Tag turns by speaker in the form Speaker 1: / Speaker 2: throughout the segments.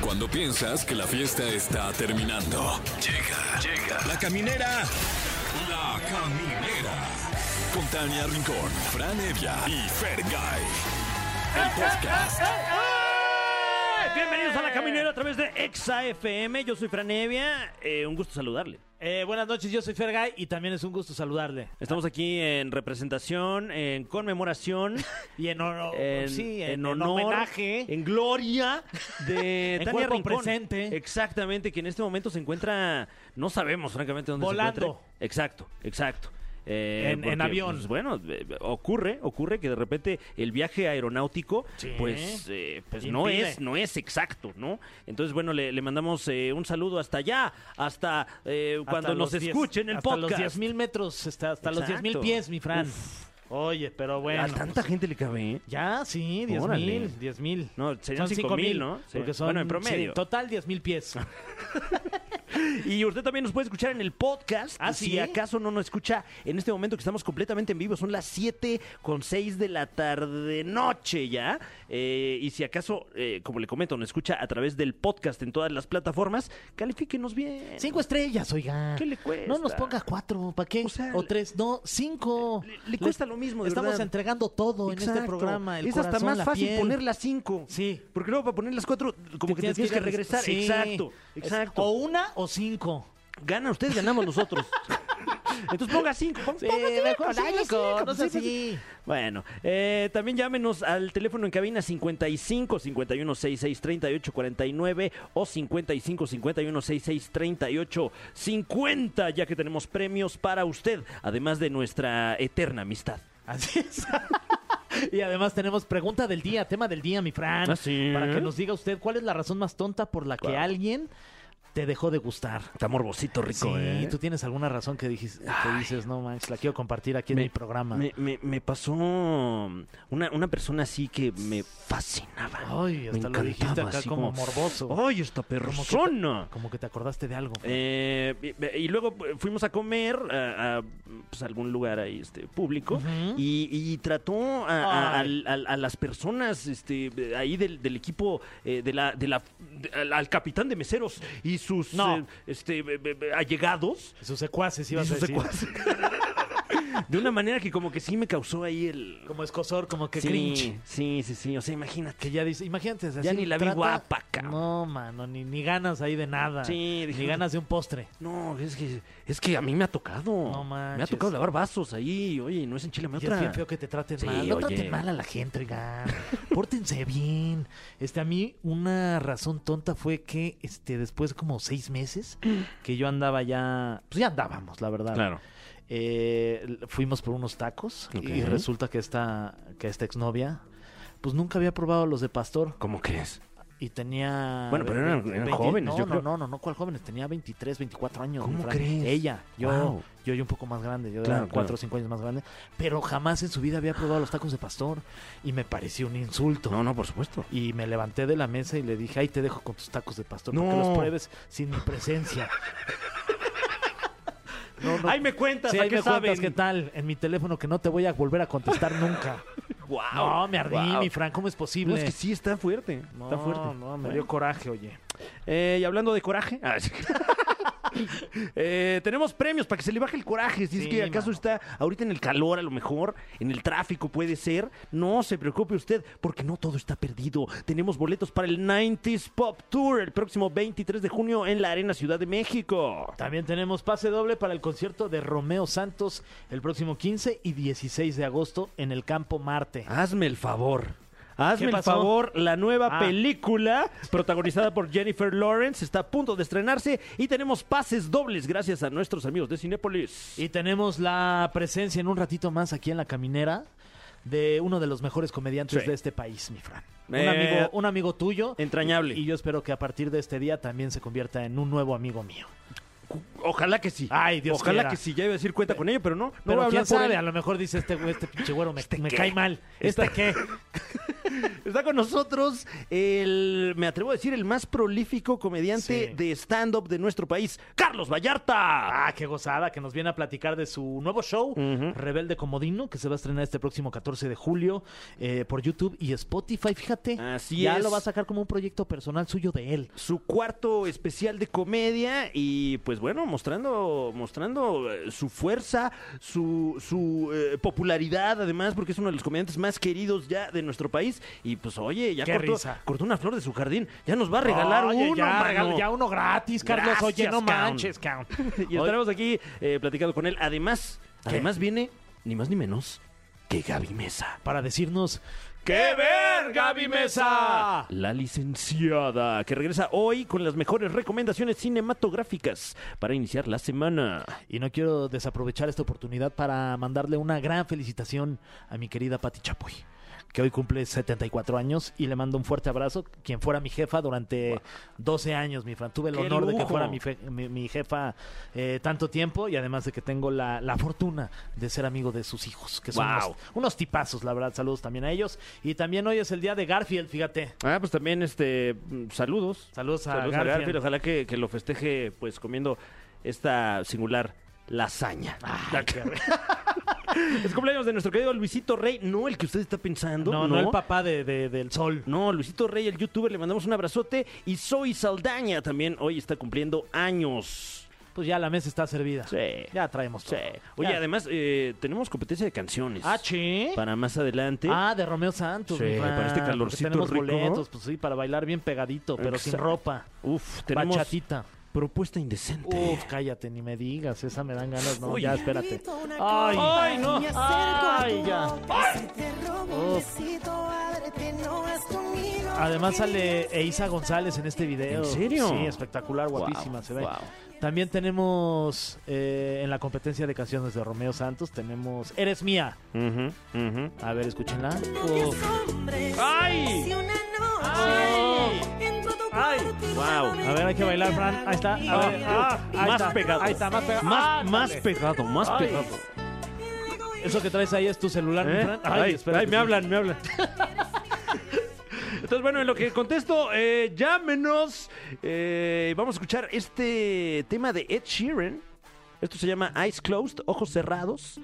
Speaker 1: Cuando piensas que la fiesta está terminando. Llega, llega. La caminera. La caminera. Con Tania Rincón, Fran Evia y Fergay. El podcast.
Speaker 2: Bienvenidos a La Caminera a través de Exa FM. Yo soy Fran Evia. Eh, un gusto saludarle.
Speaker 3: Eh, buenas noches, yo soy Fergay y también es un gusto saludarle.
Speaker 2: Estamos aquí en representación, en conmemoración,
Speaker 3: Y en honor,
Speaker 2: en,
Speaker 3: sí, en,
Speaker 2: en
Speaker 3: en
Speaker 2: honor,
Speaker 3: homenaje.
Speaker 2: en gloria de
Speaker 3: En
Speaker 2: Tania
Speaker 3: cuerpo
Speaker 2: Rincón.
Speaker 3: presente.
Speaker 2: Exactamente, que en este momento se encuentra, no sabemos francamente dónde se
Speaker 3: Volando.
Speaker 2: encuentra. Exacto, exacto. Eh,
Speaker 3: En- en avión.
Speaker 2: pues, bueno, eh, ocurre, ocurre que de repente el viaje aeronáutico,
Speaker 3: Sí.
Speaker 2: pues, eh, pues no
Speaker 3: Impide.
Speaker 2: es, no es exacto, ¿no? Entonces, bueno, le, le mandamos eh, un saludo hasta allá, hasta eh,
Speaker 3: Hasta
Speaker 2: cuando
Speaker 3: los
Speaker 2: nos
Speaker 3: 10
Speaker 2: escuchen el
Speaker 3: hasta
Speaker 2: podcast.
Speaker 3: los 10.000 metros, está- hasta, los 10.000
Speaker 2: Exacto.
Speaker 3: pies, mi Fran.
Speaker 2: Uf.
Speaker 3: Oye, pero bueno. pues
Speaker 2: A tanta gente le cabe, ¿eh?
Speaker 3: Ya, sí,
Speaker 2: Órale.
Speaker 3: 10.000, 10.000.
Speaker 2: No, serían
Speaker 3: Son
Speaker 2: 5,000,
Speaker 3: 5,000,
Speaker 2: ¿no? Sí.
Speaker 3: Porque son,
Speaker 2: Bueno, en promedio.
Speaker 3: sí, total 10.000 pies.
Speaker 2: Y usted también nos puede escuchar en el podcast.
Speaker 3: ¿Ah,
Speaker 2: si
Speaker 3: sí?
Speaker 2: acaso no nos escucha en este momento que estamos completamente en vivo, son las 7 con 6 de la tarde noche ya. Eh, y si acaso, eh, como le comento, nos escucha a través del podcast en todas las plataformas, califíquenos bien.
Speaker 3: Cinco estrellas, oiga.
Speaker 2: ¿Qué le cuesta?
Speaker 3: No nos ponga cuatro, ¿para qué?
Speaker 2: O sea,
Speaker 3: o
Speaker 2: le-
Speaker 3: tres, no, cinco.
Speaker 2: le- le cuesta lo mismo, de
Speaker 3: Estamos
Speaker 2: verdad.
Speaker 3: entregando todo en este
Speaker 2: Exacto.
Speaker 3: programa. El
Speaker 2: es hasta
Speaker 3: corazón,
Speaker 2: más
Speaker 3: la
Speaker 2: fácil
Speaker 3: piel.
Speaker 2: poner las 5.
Speaker 3: Sí.
Speaker 2: Porque luego para poner las 4, como que te tienes que
Speaker 3: ir a
Speaker 2: regresar.
Speaker 3: sí.
Speaker 2: Exacto,
Speaker 3: Es-
Speaker 2: exacto.
Speaker 3: O una o cinco.
Speaker 2: Gana usted, ganamos nosotros. Entonces ponga 5. Ponga, ponga cinco, sí, los cinco, no sé, pues, Bueno, eh, también llámenos al teléfono en cabina 55 51 66 38 49 o 55 51 66 38 50, ya que tenemos premios para usted, además de nuestra eterna amistad.
Speaker 3: Así es. Y además tenemos pregunta del día, tema del día, mi Fran.
Speaker 2: ¿Ah, sí?
Speaker 3: Para que nos diga usted cuál es la razón más tonta por la que
Speaker 2: Claro.
Speaker 3: alguien te dejó de gustar.
Speaker 2: Está morbosito rico,
Speaker 3: sí,
Speaker 2: ¿eh?
Speaker 3: tú tienes alguna razón que, dijis- que dices, no, Max, la quiero compartir aquí en mi programa.
Speaker 2: Me, me- me pasó una, una persona así que me fascinaba.
Speaker 3: Ay, hasta
Speaker 2: me
Speaker 3: lo dijiste
Speaker 2: encantaba,
Speaker 3: acá
Speaker 2: así
Speaker 3: como morboso.
Speaker 2: ¡Ay, esta persona!
Speaker 3: Como que te acordaste de algo.
Speaker 2: Eh, y, y luego eh, fuimos a comer a, a, pues, algún lugar ahí, este, público
Speaker 3: Ujú.
Speaker 2: y, y trató a, a-
Speaker 3: Ay.
Speaker 2: al- al- a las personas este, de ahí del, del equipo, eh, de la, de la, de- al, al capitán de meseros y sus
Speaker 3: No.
Speaker 2: eh, este, be- be- be- allegados.
Speaker 3: Sus secuaces,
Speaker 2: y
Speaker 3: ibas a
Speaker 2: sus
Speaker 3: decir.
Speaker 2: secuaces. De una manera que como que sí me causó ahí el...
Speaker 3: Como escosor, como que
Speaker 2: sí,
Speaker 3: cringe.
Speaker 2: sí, sí, sí, o sea, imagínate.
Speaker 3: Que ya dice, imagínate, así
Speaker 2: ni la vi guapa, cabrón.
Speaker 3: No, mano, ni, ni ganas ahí de nada.
Speaker 2: Sí, dije,
Speaker 3: ni ganas de un postre.
Speaker 2: No, es que, es que a mí me ha tocado.
Speaker 3: No
Speaker 2: Me ha
Speaker 3: manches.
Speaker 2: tocado lavar vasos ahí. Oye, no es en Chile, me
Speaker 3: Y es bien
Speaker 2: otra.
Speaker 3: feo que te traten
Speaker 2: Sí,
Speaker 3: mal. No
Speaker 2: oye.
Speaker 3: traten mal a la gente, oigan. Pórtense bien. Este, a mí una razón tonta fue que este, después de como seis meses que yo andaba ya... Pues ya andábamos, la verdad. Eh, l- fuimos por unos tacos
Speaker 2: Ok.
Speaker 3: y resulta que esta, que esta exnovia... Pues nunca había probado los de pastor
Speaker 2: ¿Cómo crees?
Speaker 3: y tenía...
Speaker 2: Bueno, pero eran- eran jóvenes,
Speaker 3: No,
Speaker 2: yo
Speaker 3: no,
Speaker 2: creo.
Speaker 3: no, no, no, ¿cuál jóvenes? Tenía 23, 24 años.
Speaker 2: ¿Cómo
Speaker 3: mi Fran.
Speaker 2: crees?
Speaker 3: Ella, yo,
Speaker 2: Wow.
Speaker 3: yo, yo un poco más grande, yo
Speaker 2: Claro,
Speaker 3: era 4
Speaker 2: claro.
Speaker 3: o 5 años más grande, pero jamás en su vida había probado los tacos de pastor y me pareció un insulto.
Speaker 2: No, no, por supuesto.
Speaker 3: Y me levanté de la mesa y le dije, ay, te dejo con tus tacos de pastor, porque
Speaker 2: No.
Speaker 3: los pruebes sin mi presencia. No, no.
Speaker 2: Ay, me cuentas,
Speaker 3: Sí,
Speaker 2: ¿a
Speaker 3: ahí
Speaker 2: qué
Speaker 3: me cuentas
Speaker 2: saben?
Speaker 3: qué tal en mi teléfono que no te voy a volver a contestar nunca.
Speaker 2: Wow,
Speaker 3: No, me ardí,
Speaker 2: wow.
Speaker 3: mi Fran, ¿cómo es posible?
Speaker 2: No, es que sí está fuerte.
Speaker 3: No,
Speaker 2: está fuerte.
Speaker 3: no, me dio coraje, oye.
Speaker 2: Eh, y hablando de coraje. ah, sí. Eh, tenemos premios para que se le baje el coraje. Si es
Speaker 3: Sí,
Speaker 2: que acaso
Speaker 3: mano.
Speaker 2: está ahorita en el calor, a lo mejor, en el tráfico puede ser. No se preocupe usted, porque no todo está perdido. Tenemos boletos para el 90s Pop Tour el próximo 23 de junio en la Arena Ciudad de México.
Speaker 3: También tenemos pase doble para el concierto de Romeo Santos el próximo 15 y 16 de agosto en el Campo Marte.
Speaker 2: Hazme el favor. Hazme
Speaker 3: ¿Qué
Speaker 2: el
Speaker 3: pasó?
Speaker 2: favor, la nueva
Speaker 3: Ah.
Speaker 2: película protagonizada por Jennifer Lawrence está a punto de estrenarse y tenemos pases dobles gracias a nuestros amigos de Cinépolis.
Speaker 3: Y tenemos la presencia en un ratito más aquí en la caminera de uno de los mejores comediantes
Speaker 2: Sí.
Speaker 3: de este país, mi Fran. Un,
Speaker 2: Eh,
Speaker 3: amigo, un amigo tuyo.
Speaker 2: entrañable.
Speaker 3: Y, y yo espero que a partir de este día también se convierta en un nuevo amigo mío.
Speaker 2: Ojalá que sí.
Speaker 3: Ay, Dios
Speaker 2: Ojalá
Speaker 3: quiera.
Speaker 2: que sí. Ya iba a decir cuenta con ello, pero no. no voy a
Speaker 3: Pero
Speaker 2: hablar
Speaker 3: quién
Speaker 2: por
Speaker 3: sabe,
Speaker 2: él.
Speaker 3: a lo mejor dice este güey, este pinche güero me, me
Speaker 2: qué?
Speaker 3: cae mal. ¿Este
Speaker 2: Esta-
Speaker 3: qué?
Speaker 2: Está con nosotros el, me atrevo a decir, el más prolífico comediante
Speaker 3: Sí.
Speaker 2: de stand-up de nuestro país, Carlos Vallarta.
Speaker 3: Ah, qué gozada, que nos viene a platicar de su nuevo show,
Speaker 2: Ujú.
Speaker 3: Rebelde Comodino, que se va a estrenar este próximo 14 de julio eh, por YouTube y Spotify. Fíjate,
Speaker 2: Así
Speaker 3: ya
Speaker 2: es.
Speaker 3: lo va a sacar como un proyecto personal suyo de él.
Speaker 2: Su cuarto especial de comedia y pues bueno, mostrando, mostrando eh, su fuerza, su, su eh, popularidad además, porque es uno de los comediantes más queridos ya de nuestro país. Y pues oye, ya
Speaker 3: Qué
Speaker 2: cortó,
Speaker 3: risa.
Speaker 2: cortó una flor de su jardín, ya nos va a regalar
Speaker 3: Oye,
Speaker 2: uno.
Speaker 3: ya,
Speaker 2: mano.
Speaker 3: regala- ya uno gratis, Carlos. Oye,
Speaker 2: Gracias, caón.
Speaker 3: no manches, caón.
Speaker 2: Y estaremos aquí eh, platicando con él. Además, además viene ni más ni menos que Gaby Mesa.
Speaker 3: Para decirnos,
Speaker 2: ¡Qué ver,
Speaker 3: Gaby Mesa!
Speaker 2: La licenciada, que regresa hoy con las mejores recomendaciones cinematográficas para iniciar la semana.
Speaker 3: y no quiero desaprovechar esta oportunidad para mandarle una gran felicitación a mi querida Pati Chapoy. Que hoy cumple 74 años y le mando un fuerte abrazo. Quien fuera mi jefa durante 12 años, mi Fran. Tuve el
Speaker 2: ¡Qué
Speaker 3: honor de que
Speaker 2: lujo!
Speaker 3: fuera mi, fe- mi- mi jefa eh, tanto tiempo y además de que tengo la, la fortuna de ser amigo de sus hijos, que son
Speaker 2: ¡Wow!
Speaker 3: unos, unos tipazos, la verdad. Saludos también a ellos. Y también hoy es el día de Garfield, fíjate.
Speaker 2: Ah, pues también este mm, saludos.
Speaker 3: Saludos a
Speaker 2: Saludos a
Speaker 3: Garfield.
Speaker 2: Garfield. Ojalá que, que lo festeje pues comiendo esta singular lasaña.
Speaker 3: Ah.
Speaker 2: La- es cumpleaños de nuestro querido Luisito Rey, no el que usted está pensando.
Speaker 3: No, no, el papá de- de- del sol.
Speaker 2: No, Luisito Rey, el youtuber, le mandamos un abrazote. Y Zoe Saldaña también hoy está cumpliendo años.
Speaker 3: Pues ya la mesa está servida.
Speaker 2: Sí.
Speaker 3: Ya traemos todo.
Speaker 2: Oye,
Speaker 3: Ya.
Speaker 2: además, eh, tenemos competencia de canciones.
Speaker 3: Ah, ¿sí?
Speaker 2: Para más adelante.
Speaker 3: Ah, de Romeo Santos.
Speaker 2: Sí,
Speaker 3: mi Fran,
Speaker 2: para este
Speaker 3: porque
Speaker 2: calorcito
Speaker 3: Tenemos
Speaker 2: rico.
Speaker 3: boletos, pues sí, para bailar bien pegadito, pero sin
Speaker 2: Exacto.
Speaker 3: ropa.
Speaker 2: Uf, tenemos
Speaker 3: Tenemos... Bachatita.
Speaker 2: propuesta indecente.
Speaker 3: Uf, cállate, ni me digas. Esa me dan ganas. No,
Speaker 2: Uy.
Speaker 3: ya, espérate.
Speaker 4: Ay,
Speaker 3: Ay,
Speaker 4: no.
Speaker 3: no. Ay, ya. Además sale Eiza González en este video.
Speaker 2: ¿En serio?
Speaker 3: Sí, espectacular,
Speaker 2: Guau,
Speaker 3: guapísima se ve.
Speaker 2: guau.
Speaker 3: También tenemos eh, en la competencia de canciones de Romeo Santos, tenemos Eres Mía.
Speaker 2: Ujú, ujú.
Speaker 3: A ver, escúchenla. Uf.
Speaker 4: ¡Ay! ¡Ay! ¡Ay!
Speaker 2: Guau.
Speaker 4: A ver, hay que bailar, Fran. Ahí está. A ver.
Speaker 3: Ah,
Speaker 4: ah,
Speaker 3: ahí
Speaker 2: más
Speaker 3: está.
Speaker 2: pegado.
Speaker 3: Ahí está, más pegado.
Speaker 2: Más,
Speaker 3: Ah,
Speaker 2: más
Speaker 3: dale.
Speaker 2: pegado, más
Speaker 3: Ay.
Speaker 2: pegado.
Speaker 3: Eso que traes ahí es tu celular, mi
Speaker 2: ¿Eh?
Speaker 3: Fran.
Speaker 2: Ay,
Speaker 3: espérate.
Speaker 2: ay, me hablan, me hablan. Entonces, bueno, en lo que contesto, eh, llámenos. Eh, vamos a escuchar este tema de Ed Sheeran. Esto se llama Eyes Closed, Ojos Cerrados.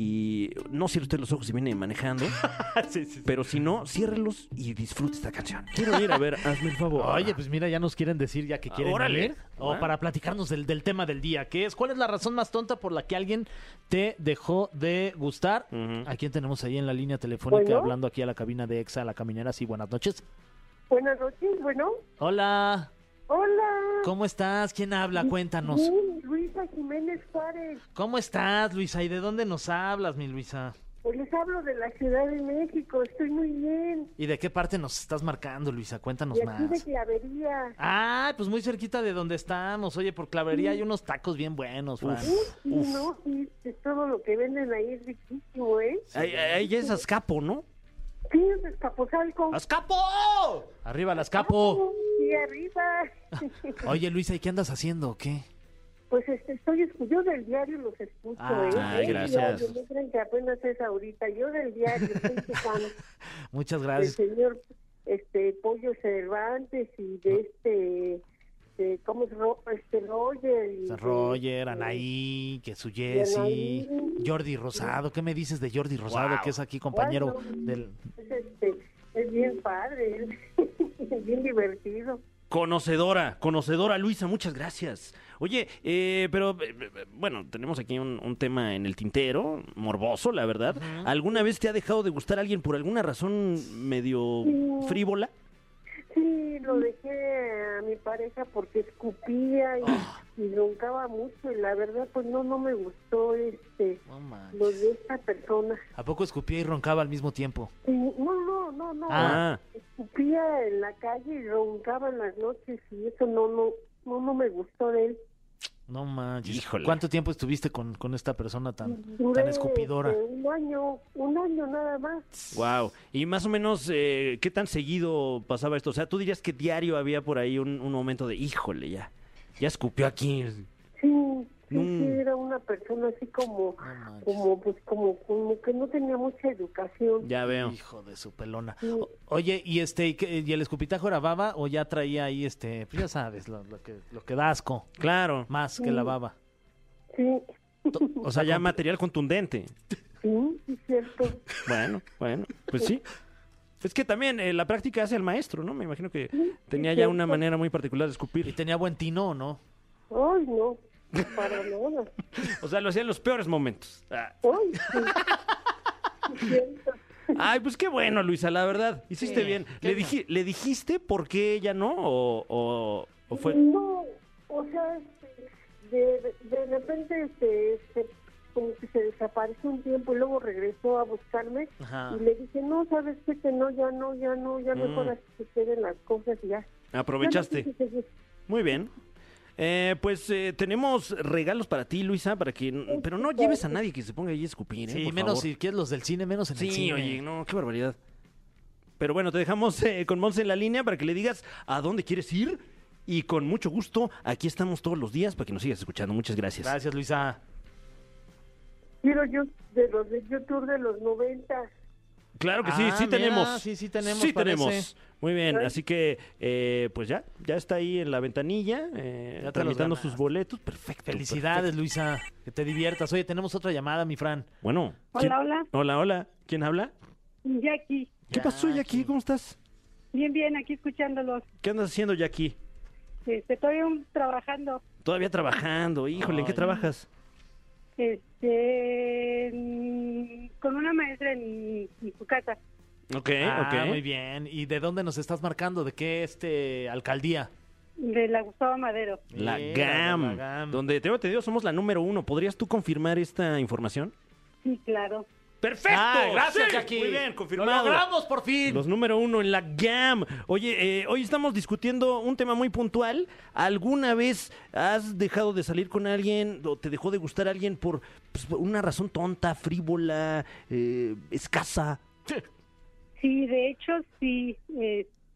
Speaker 2: Y no cierre usted los ojos si viene manejando. Pero si no, ciérrelos y disfrute esta canción. Quiero ir a ver, hazme el favor.
Speaker 3: Oye, pues mira, ya nos quieren decir ya que quieren
Speaker 2: Ah. Órale.
Speaker 3: ir. O
Speaker 2: Ah.
Speaker 3: para platicarnos del, del tema del día, que es ¿cuál es la razón más tonta por la que alguien te dejó de gustar?
Speaker 2: Ujú.
Speaker 3: ¿A quién tenemos ahí en la línea telefónica
Speaker 5: Bueno.
Speaker 3: hablando aquí a la cabina de Exa, la caminera? Sí, buenas noches.
Speaker 5: Buenas noches, bueno.
Speaker 3: Hola,
Speaker 5: Hola.
Speaker 3: ¿cómo estás? ¿Quién habla? Cuéntanos.
Speaker 5: Sí, Luisa Jiménez Juárez.
Speaker 3: ¿Cómo estás, Luisa? ¿Y de dónde nos hablas, mi Luisa?
Speaker 5: Pues les hablo de la Ciudad de México. Estoy muy bien.
Speaker 3: ¿Y de qué parte nos estás marcando, Luisa? Cuéntanos
Speaker 5: Y aquí de
Speaker 3: más.
Speaker 5: clavería.
Speaker 3: Ah, pues muy cerquita de donde estamos. Oye, por clavería hay unos tacos bien buenos, Fran.
Speaker 5: Sí, no, sí, de todo lo que venden ahí es riquísimo, ¿eh?
Speaker 2: Ahí, ahí es Azcapo, ¿no?
Speaker 5: Sí, es de Escaposalco.
Speaker 3: Ah,
Speaker 2: ¡Azcapo!
Speaker 3: Arriba las capo.
Speaker 5: Sí, arriba.
Speaker 3: Oye, Luisa, ¿y qué andas haciendo o qué?
Speaker 5: pues este, estoy, escu- yo del diario los escucho,
Speaker 3: Ah,
Speaker 5: ¿eh?
Speaker 2: ay,
Speaker 5: Sí,
Speaker 2: gracias.
Speaker 5: no, no crean que apenas es ahorita. Yo del diario, soy su fan.
Speaker 3: Muchas
Speaker 5: del
Speaker 3: gracias.
Speaker 5: señor este Pollo Cervantes y
Speaker 3: Ah.
Speaker 5: de este de, cómo es Ro- este Roger y de- este,
Speaker 3: Roger, Anaí, que su Jessy,
Speaker 5: Anaí.
Speaker 3: Jordi Rosado. ¿Qué me dices de Jordi Rosado, que es aquí compañero
Speaker 5: Ay, no.
Speaker 3: del...
Speaker 5: es, este, es bien padre es bien divertido
Speaker 2: Conocedora, conocedora Luisa, muchas gracias. Oye, eh, pero eh, eh, bueno, tenemos aquí un, un tema en el tintero, morboso, la verdad. ¿Alguna vez te ha dejado de gustar alguien por alguna razón medio frívola?
Speaker 5: sí lo dejé a mi pareja porque escupía y, y roncaba mucho y la verdad pues no no me gustó este
Speaker 3: No manches.
Speaker 5: lo de esta persona
Speaker 3: ¿A poco escupía y roncaba al mismo tiempo?
Speaker 5: Y no no no no
Speaker 3: Ah.
Speaker 5: escupía en la calle y roncaba en las noches y eso no no no no me gustó de él
Speaker 3: No manches.
Speaker 2: Híjole.
Speaker 3: ¿Cuánto tiempo estuviste con, con esta persona tan,
Speaker 5: Duré,
Speaker 3: tan escupidora?
Speaker 5: este, Un año, un año nada más.
Speaker 2: Wow. Y más o menos, eh, ¿qué tan seguido pasaba esto? O sea, tú dirías que diario había por ahí un, un momento de, híjole, ya, ya escupió aquí.
Speaker 5: Sí, sí,
Speaker 3: Mm.
Speaker 5: sí, era una persona así como,
Speaker 3: manches.
Speaker 5: como, pues, como, como que no tenía mucha educación.
Speaker 2: Ya veo.
Speaker 3: Hijo de su pelona. O- Oye, ¿y este y, qué- y el escupitajo era baba o ya traía ahí este, pues ya sabes, lo, lo que lo que da asco,
Speaker 2: Claro.
Speaker 3: más
Speaker 5: Mm.
Speaker 3: que la baba?
Speaker 5: Sí,
Speaker 3: To-
Speaker 2: O sea, ya material contundente.
Speaker 5: sí, sí, cierto.
Speaker 2: Bueno, bueno, pues sí. Es que también eh, la práctica hace al maestro, ¿no? Me imagino que tenía ya una manera muy particular de
Speaker 3: ¿Y
Speaker 2: escupir.
Speaker 3: tenía buen tino o no?
Speaker 5: Ay, no, para nada.
Speaker 2: O sea, lo hacía en los peores momentos. Ah.
Speaker 5: Ay, sí. Sí, cierto.
Speaker 2: Ay, pues qué bueno, Luisa, la verdad. Hiciste bien. ¿Le, diji- ¿Le dijiste por qué ella no? ¿O, o- o fue...?
Speaker 5: No, o sea, este, de, de repente este, este, como que se desapareció un tiempo y luego regresó a buscarme
Speaker 3: Ajá.
Speaker 5: y le dije, no, sabes qué, que no, ya no, ya no, ya mejor
Speaker 2: Mm.
Speaker 5: así que queden las cosas y ya.
Speaker 2: Aprovechaste.
Speaker 5: Ya no quise seguir.
Speaker 2: Muy bien. Eh, pues eh, tenemos regalos para ti, Luisa, para que... Pero no lleves a nadie que se ponga ahí a escupir, ¿eh?
Speaker 3: Sí,
Speaker 2: Por
Speaker 3: menos
Speaker 2: favor.
Speaker 3: si quieres los del cine, menos en el
Speaker 2: Sí,
Speaker 3: cine.
Speaker 2: oye, no, qué barbaridad. Pero bueno, te dejamos eh, con Monse en la línea para que le digas a dónde quieres ir. Y con mucho gusto, aquí estamos todos los días para que nos sigas escuchando. Muchas gracias.
Speaker 3: Gracias, Luisa.
Speaker 5: Quiero yo de los de YouTube de los 90.
Speaker 2: Claro que sí,
Speaker 3: Ah,
Speaker 2: sí
Speaker 3: mira,
Speaker 2: tenemos.
Speaker 3: sí, sí tenemos,
Speaker 2: Sí
Speaker 3: parece.
Speaker 2: tenemos. Muy bien, así que eh, pues ya, ya está ahí en la ventanilla, eh,
Speaker 3: Ya te los
Speaker 2: tramitando
Speaker 3: ganaste.
Speaker 2: sus boletos. Perfecto.
Speaker 3: Felicidades, Luisa. Que te diviertas. Oye, tenemos otra llamada, mi Fran.
Speaker 2: perfecto. Bueno.
Speaker 5: Hola,
Speaker 2: ¿quién-
Speaker 5: hola.
Speaker 2: Hola, hola. ¿Quién habla?
Speaker 5: Jackie,
Speaker 2: ¿Qué pasó, Jackie?
Speaker 3: Jackie.
Speaker 2: ¿Cómo estás?
Speaker 5: bien, bien, aquí escuchándolos.
Speaker 2: ¿Qué andas haciendo, Jackie?
Speaker 5: Este, estoy un- trabajando
Speaker 2: Todavía trabajando. Híjole, ¿en qué
Speaker 3: Ay.
Speaker 2: trabajas?
Speaker 5: este, en- con una maestra en, en su casa.
Speaker 2: Ok,
Speaker 3: Ah,
Speaker 2: ¿Eh? ok.
Speaker 3: muy bien. ¿Y de dónde nos estás marcando? ¿De qué este alcaldía?
Speaker 5: de la Gustavo Madero.
Speaker 2: La
Speaker 3: Mira,
Speaker 2: GAM,
Speaker 3: de la GAM.
Speaker 2: donde te te digo, somos la número uno. ¿Podrías tú confirmar esta información?
Speaker 5: Sí, claro.
Speaker 2: ¡Perfecto!
Speaker 3: Ah, gracias,
Speaker 2: Sí,
Speaker 3: Jackie.
Speaker 2: Muy bien,
Speaker 3: Lo
Speaker 2: confirmado.
Speaker 3: logramos por fin.
Speaker 2: Los número uno en la GAM. Oye, eh, hoy estamos discutiendo un tema muy puntual. ¿Alguna vez has dejado de salir con alguien o te dejó de gustar alguien por, pues, por una razón tonta, frívola, eh, escasa?
Speaker 5: Sí, de hecho, sí.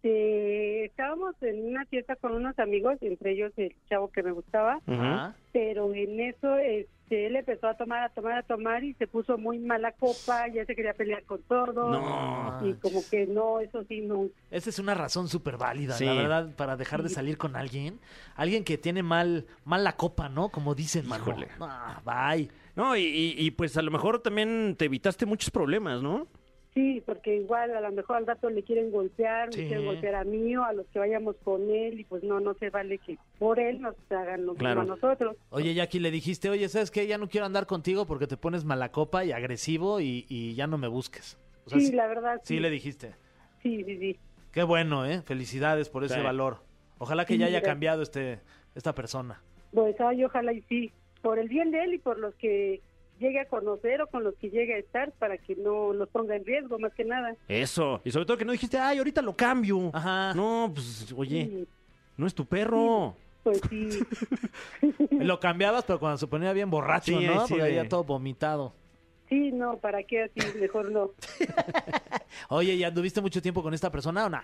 Speaker 5: Este, estábamos en una fiesta con unos amigos, entre ellos el chavo que me gustaba,
Speaker 2: ¿Mm? Ah.
Speaker 3: Ajá.
Speaker 5: pero en eso este, él empezó a tomar, a tomar, a tomar y se puso muy mala copa, ya se quería pelear con todo.
Speaker 2: No.
Speaker 5: Y como que no, eso sí, no.
Speaker 3: Esa es una razón súper válida,
Speaker 2: Sí.
Speaker 3: la verdad, para dejar de salir con alguien. Alguien que tiene mal, mal la copa, ¿no? Como dicen, mano.
Speaker 2: Híjole.
Speaker 3: Ah, bye.
Speaker 2: No, y, y- y, pues a lo mejor también te evitaste muchos problemas, ¿no?
Speaker 5: Sí, porque igual a lo mejor al rato le quieren golpear,
Speaker 3: Sí.
Speaker 5: me quieren golpear a mí o a los que vayamos con él, y pues no, no se vale que por él nos hagan lo mismo
Speaker 2: Claro.
Speaker 5: a nosotros.
Speaker 3: Oye, Jackie, le dijiste, oye, ¿sabes qué? Ya no quiero andar contigo porque te pones mala copa y agresivo y, y ya no me busques. O sea,
Speaker 5: sí, la verdad.
Speaker 3: sí le dijiste.
Speaker 5: Sí, sí, sí.
Speaker 3: Qué bueno, ¿eh? Felicidades por ese
Speaker 2: Sí.
Speaker 3: valor. Ojalá que ya haya
Speaker 5: Gracias.
Speaker 3: cambiado este, esta persona.
Speaker 5: Pues ay, ojalá y sí, por el bien de él y por los que llegue a conocer o con los que llegue a estar para que no los ponga en riesgo más que nada.
Speaker 2: Eso. Y sobre todo que no dijiste, ay, ahorita lo cambio.
Speaker 3: Ajá.
Speaker 2: No, pues, oye,
Speaker 5: Sí,
Speaker 2: no es tu perro.
Speaker 5: pues sí,
Speaker 3: Lo cambiabas, pero cuando se ponía bien borracho,
Speaker 2: Sí,
Speaker 3: ¿no?
Speaker 2: sí,
Speaker 3: porque
Speaker 2: de-
Speaker 3: ya todo vomitado.
Speaker 5: sí, no, para qué así, mejor no.
Speaker 3: Oye, ¿ya anduviste mucho tiempo con esta persona o no?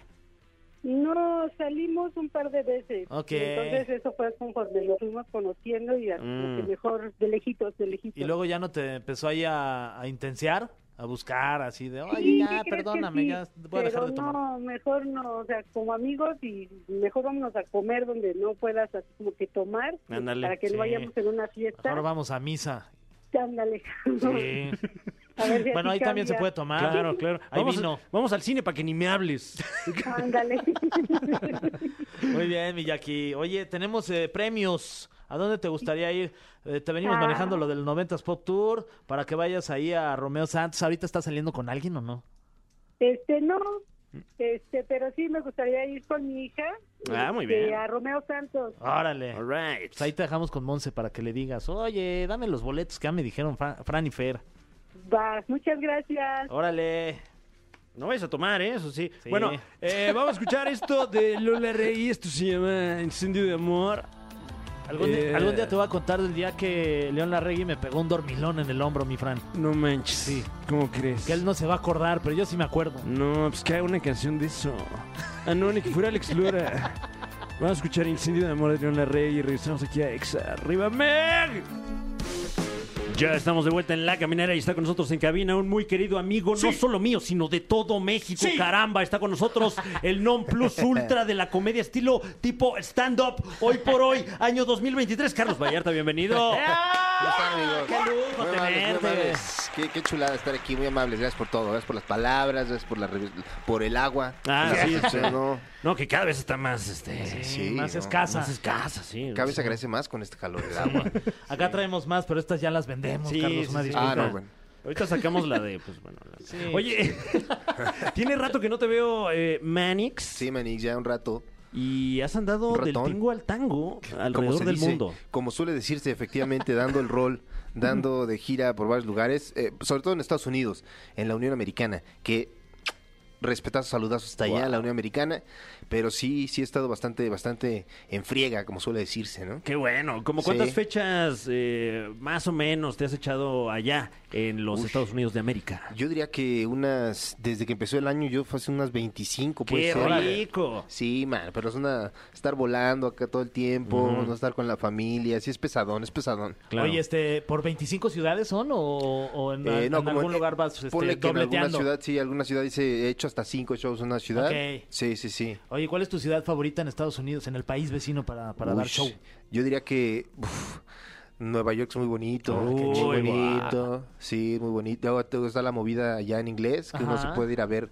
Speaker 5: No, salimos un par de veces.
Speaker 3: Ok.
Speaker 5: Entonces eso fue conforme lo fuimos conociendo y así como que
Speaker 2: Mm.
Speaker 5: mejor de lejitos, de lejitos.
Speaker 3: Y luego ya no te empezó ahí a, a intensear, a buscar así de, oye,
Speaker 5: Sí, ¿qué
Speaker 3: ya,
Speaker 5: crees que
Speaker 3: perdóname,
Speaker 5: sí?
Speaker 3: ya voy a dejar
Speaker 5: Pero
Speaker 3: de tomar.
Speaker 5: no, mejor no, o sea, como amigos y mejor vámonos a comer donde no puedas así como que tomar
Speaker 2: Ándale,
Speaker 5: para que
Speaker 2: sí.
Speaker 5: no vayamos en una fiesta.
Speaker 3: Mejor vamos a misa.
Speaker 5: Ándale.
Speaker 3: Sí.
Speaker 5: A ver si
Speaker 3: bueno, ahí
Speaker 5: así
Speaker 3: también se puede
Speaker 5: cambia.
Speaker 3: tomar.
Speaker 2: Claro, claro.
Speaker 3: Ahí
Speaker 2: vamos,
Speaker 3: vino.
Speaker 2: vamos al cine para que ni me hables.
Speaker 5: Ándale.
Speaker 3: Muy bien, mi Jackie. Oye, tenemos eh, premios. ¿A dónde te gustaría ir? Eh, te venimos
Speaker 5: Ah.
Speaker 3: manejando lo del 90s Pop Tour para que vayas ahí a Romeo Santos. ¿Ahorita estás saliendo con alguien o no?
Speaker 5: Este, no. Este, pero sí me gustaría ir con mi hija.
Speaker 2: Ah, muy
Speaker 5: este,
Speaker 2: bien.
Speaker 5: A Romeo Santos.
Speaker 3: Órale.
Speaker 2: All right.
Speaker 3: Pues ahí te dejamos con Monse para que le digas, oye, dame los boletos que ya me dijeron Fra- Fran y Fer.
Speaker 5: Va, muchas gracias.
Speaker 3: Órale.
Speaker 2: No vais a tomar, ¿eh? eso sí.
Speaker 3: Sí.
Speaker 2: Bueno, eh, vamos a escuchar esto de Lola Rey. Esto se llama Incendio de Amor.
Speaker 3: Algún,
Speaker 2: Eh.
Speaker 3: día, algún día te voy a contar del día que León Larregui me pegó un dormilón en el hombro, mi Fran.
Speaker 2: No manches.
Speaker 3: Sí.
Speaker 2: ¿Cómo crees?
Speaker 3: Que él no se va a acordar, pero yo sí me acuerdo.
Speaker 2: No, pues que haga una canción de eso. Ah, no, ni que fuera Alex Lora. Vamos a escuchar Incendio de Amor de León Larrey y regresamos aquí a Exa. ¡Arriba, Meg! Ya estamos de vuelta en La Caminera y está con nosotros en cabina un muy querido amigo, no solo mío, sino de todo México. Caramba, está con nosotros el non plus ultra de la comedia estilo tipo stand-up. Hoy por hoy, año 2023. Carlos Vallarta, bienvenido.
Speaker 6: Ya están, amigos.
Speaker 2: Ah, ¡Qué lujo
Speaker 6: Muy amables, muy
Speaker 2: tenerte!
Speaker 6: amables. Qué, qué chulada estar aquí, muy amables. Gracias por todo, gracias por las palabras, gracias por, la revi- por el agua.
Speaker 2: Ah,
Speaker 6: La
Speaker 2: sí.
Speaker 6: recepción, ¿no?
Speaker 2: No, que cada vez está más, este,
Speaker 6: Sí,
Speaker 3: más
Speaker 6: no.
Speaker 3: escasa.
Speaker 2: más escasa, sí.
Speaker 6: Cada vez se agradece más con este calor del agua.
Speaker 3: Acá traemos más, pero estas ya las vendemos,
Speaker 2: Sí,
Speaker 3: Carlos.
Speaker 2: sí,
Speaker 3: Una
Speaker 2: sí.
Speaker 3: disculpa.
Speaker 6: Ah, no, bueno.
Speaker 2: Ahorita sacamos la de, pues bueno. la- Oye, tiene rato que no te veo, eh, Manix.
Speaker 6: Sí, Manix, ya un rato.
Speaker 2: Y has andado
Speaker 6: Un
Speaker 2: del
Speaker 6: ratón.
Speaker 2: tingo al tango
Speaker 6: como
Speaker 2: alrededor
Speaker 6: se
Speaker 2: del
Speaker 6: dice,
Speaker 2: mundo.
Speaker 6: Como suele decirse, efectivamente, dando el rol, dando de gira por varios lugares, eh, sobre todo en Estados Unidos, en la Unión Americana, que respetazo, saludazo está allá, la Unión Americana, pero sí, sí he estado bastante, bastante en friega, como suele decirse, ¿no?
Speaker 2: Qué bueno. ¿Como cuántas
Speaker 6: Sí.
Speaker 2: fechas eh, más o menos te has echado allá en los
Speaker 6: Uy.
Speaker 2: Estados Unidos de América?
Speaker 6: Yo diría que unas, desde que empezó el año, yo fue hace unas 25,
Speaker 2: ¡Qué
Speaker 6: puede ser.
Speaker 2: rico!
Speaker 6: Sí, man, pero es una, estar volando acá todo el tiempo, no estar con la familia, sí es pesadón, es pesadón.
Speaker 2: Claro.
Speaker 3: Oye, este, ¿por 25 ciudades son o, o en,
Speaker 6: Eh,
Speaker 3: en
Speaker 6: como
Speaker 3: algún
Speaker 6: en-
Speaker 3: lugar vas este,
Speaker 6: ponle que en alguna
Speaker 3: dobleteando?
Speaker 6: ciudad, sí, alguna ciudad dice, he hecho hasta cinco shows en una ciudad.
Speaker 3: Ok.
Speaker 6: Sí, sí, sí.
Speaker 3: Oye, ¿cuál es tu ciudad favorita en Estados Unidos, en el país vecino para, para dar
Speaker 6: Ush,
Speaker 3: show?
Speaker 6: Yo diría que uf, Nueva York es muy bonito,
Speaker 2: Uy,
Speaker 6: muy
Speaker 2: guau.
Speaker 6: bonito, sí, muy bonito. Luego te está la movida allá en inglés, que uno se
Speaker 3: Ajá.
Speaker 6: puede ir a ver,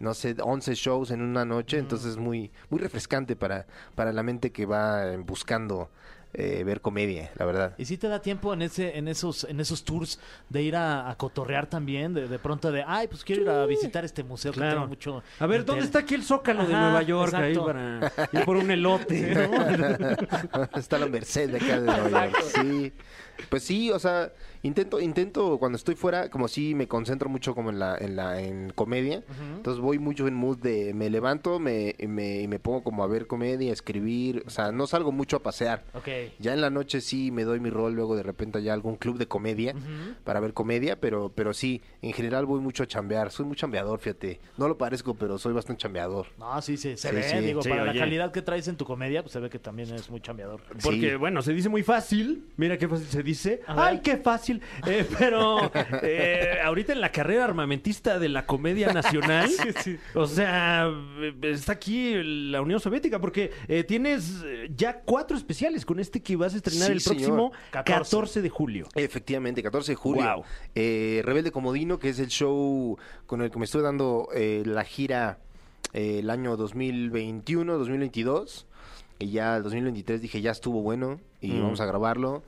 Speaker 6: no sé, 11 shows en una noche, entonces es muy, muy refrescante para, para la mente que va eh, buscando eh, ver comedia, la verdad.
Speaker 3: ¿Y si te da tiempo en ese, en esos, en esos tours de ir a, a cotorrear también? De, de pronto de, ay, pues quiero ir a visitar este museo que tengo mucho.
Speaker 2: A ver,
Speaker 3: interés".
Speaker 2: ¿dónde está aquí el Zócalo de
Speaker 3: Ajá,
Speaker 2: Nueva York? Ahí
Speaker 3: exacto.
Speaker 2: para ir por un elote, ¿no?
Speaker 6: Está la merced de acá de Nueva York. Sí. Pues sí, o sea, intento, intento cuando estoy fuera, como sí me concentro mucho como en la, en la, en comedia. Entonces voy mucho en mood de me levanto, me, me, y me pongo como a ver comedia, a escribir. O sea, no salgo mucho a pasear.
Speaker 3: Ok.
Speaker 6: Ya en la noche sí me doy mi rol, luego de repente allá algún club de comedia para ver comedia, pero, pero sí, en general voy mucho a chambear, soy muy chambeador, fíjate. No lo parezco, pero soy bastante chambeador.
Speaker 3: No, sí, sí, se
Speaker 6: Sí,
Speaker 3: ve.
Speaker 6: sí.
Speaker 3: Digo,
Speaker 2: Sí,
Speaker 3: para
Speaker 2: oye.
Speaker 3: la calidad que traes en tu comedia, pues se ve que también eres muy chambeador.
Speaker 2: Porque,
Speaker 6: Sí.
Speaker 2: bueno, se dice muy fácil. Mira qué fácil se dice.
Speaker 3: A ver.
Speaker 2: ¡Ay, qué fácil! Eh, pero eh, ahorita en la carrera armamentista de la comedia nacional, o sea, eh, está aquí la Unión Soviética, porque eh, tienes eh, ya cuatro especiales con este que vas a estrenar
Speaker 6: Sí,
Speaker 2: el próximo
Speaker 6: señor.
Speaker 2: 14.
Speaker 3: 14.
Speaker 2: de julio.
Speaker 6: Efectivamente, 14 de julio.
Speaker 2: Guau.
Speaker 6: Eh, Rebelde Comodino, que es el show con el que me estoy dando eh, la gira eh, el año 2021, 2022. Y ya el 2023 dije, ya estuvo bueno y vamos a grabarlo.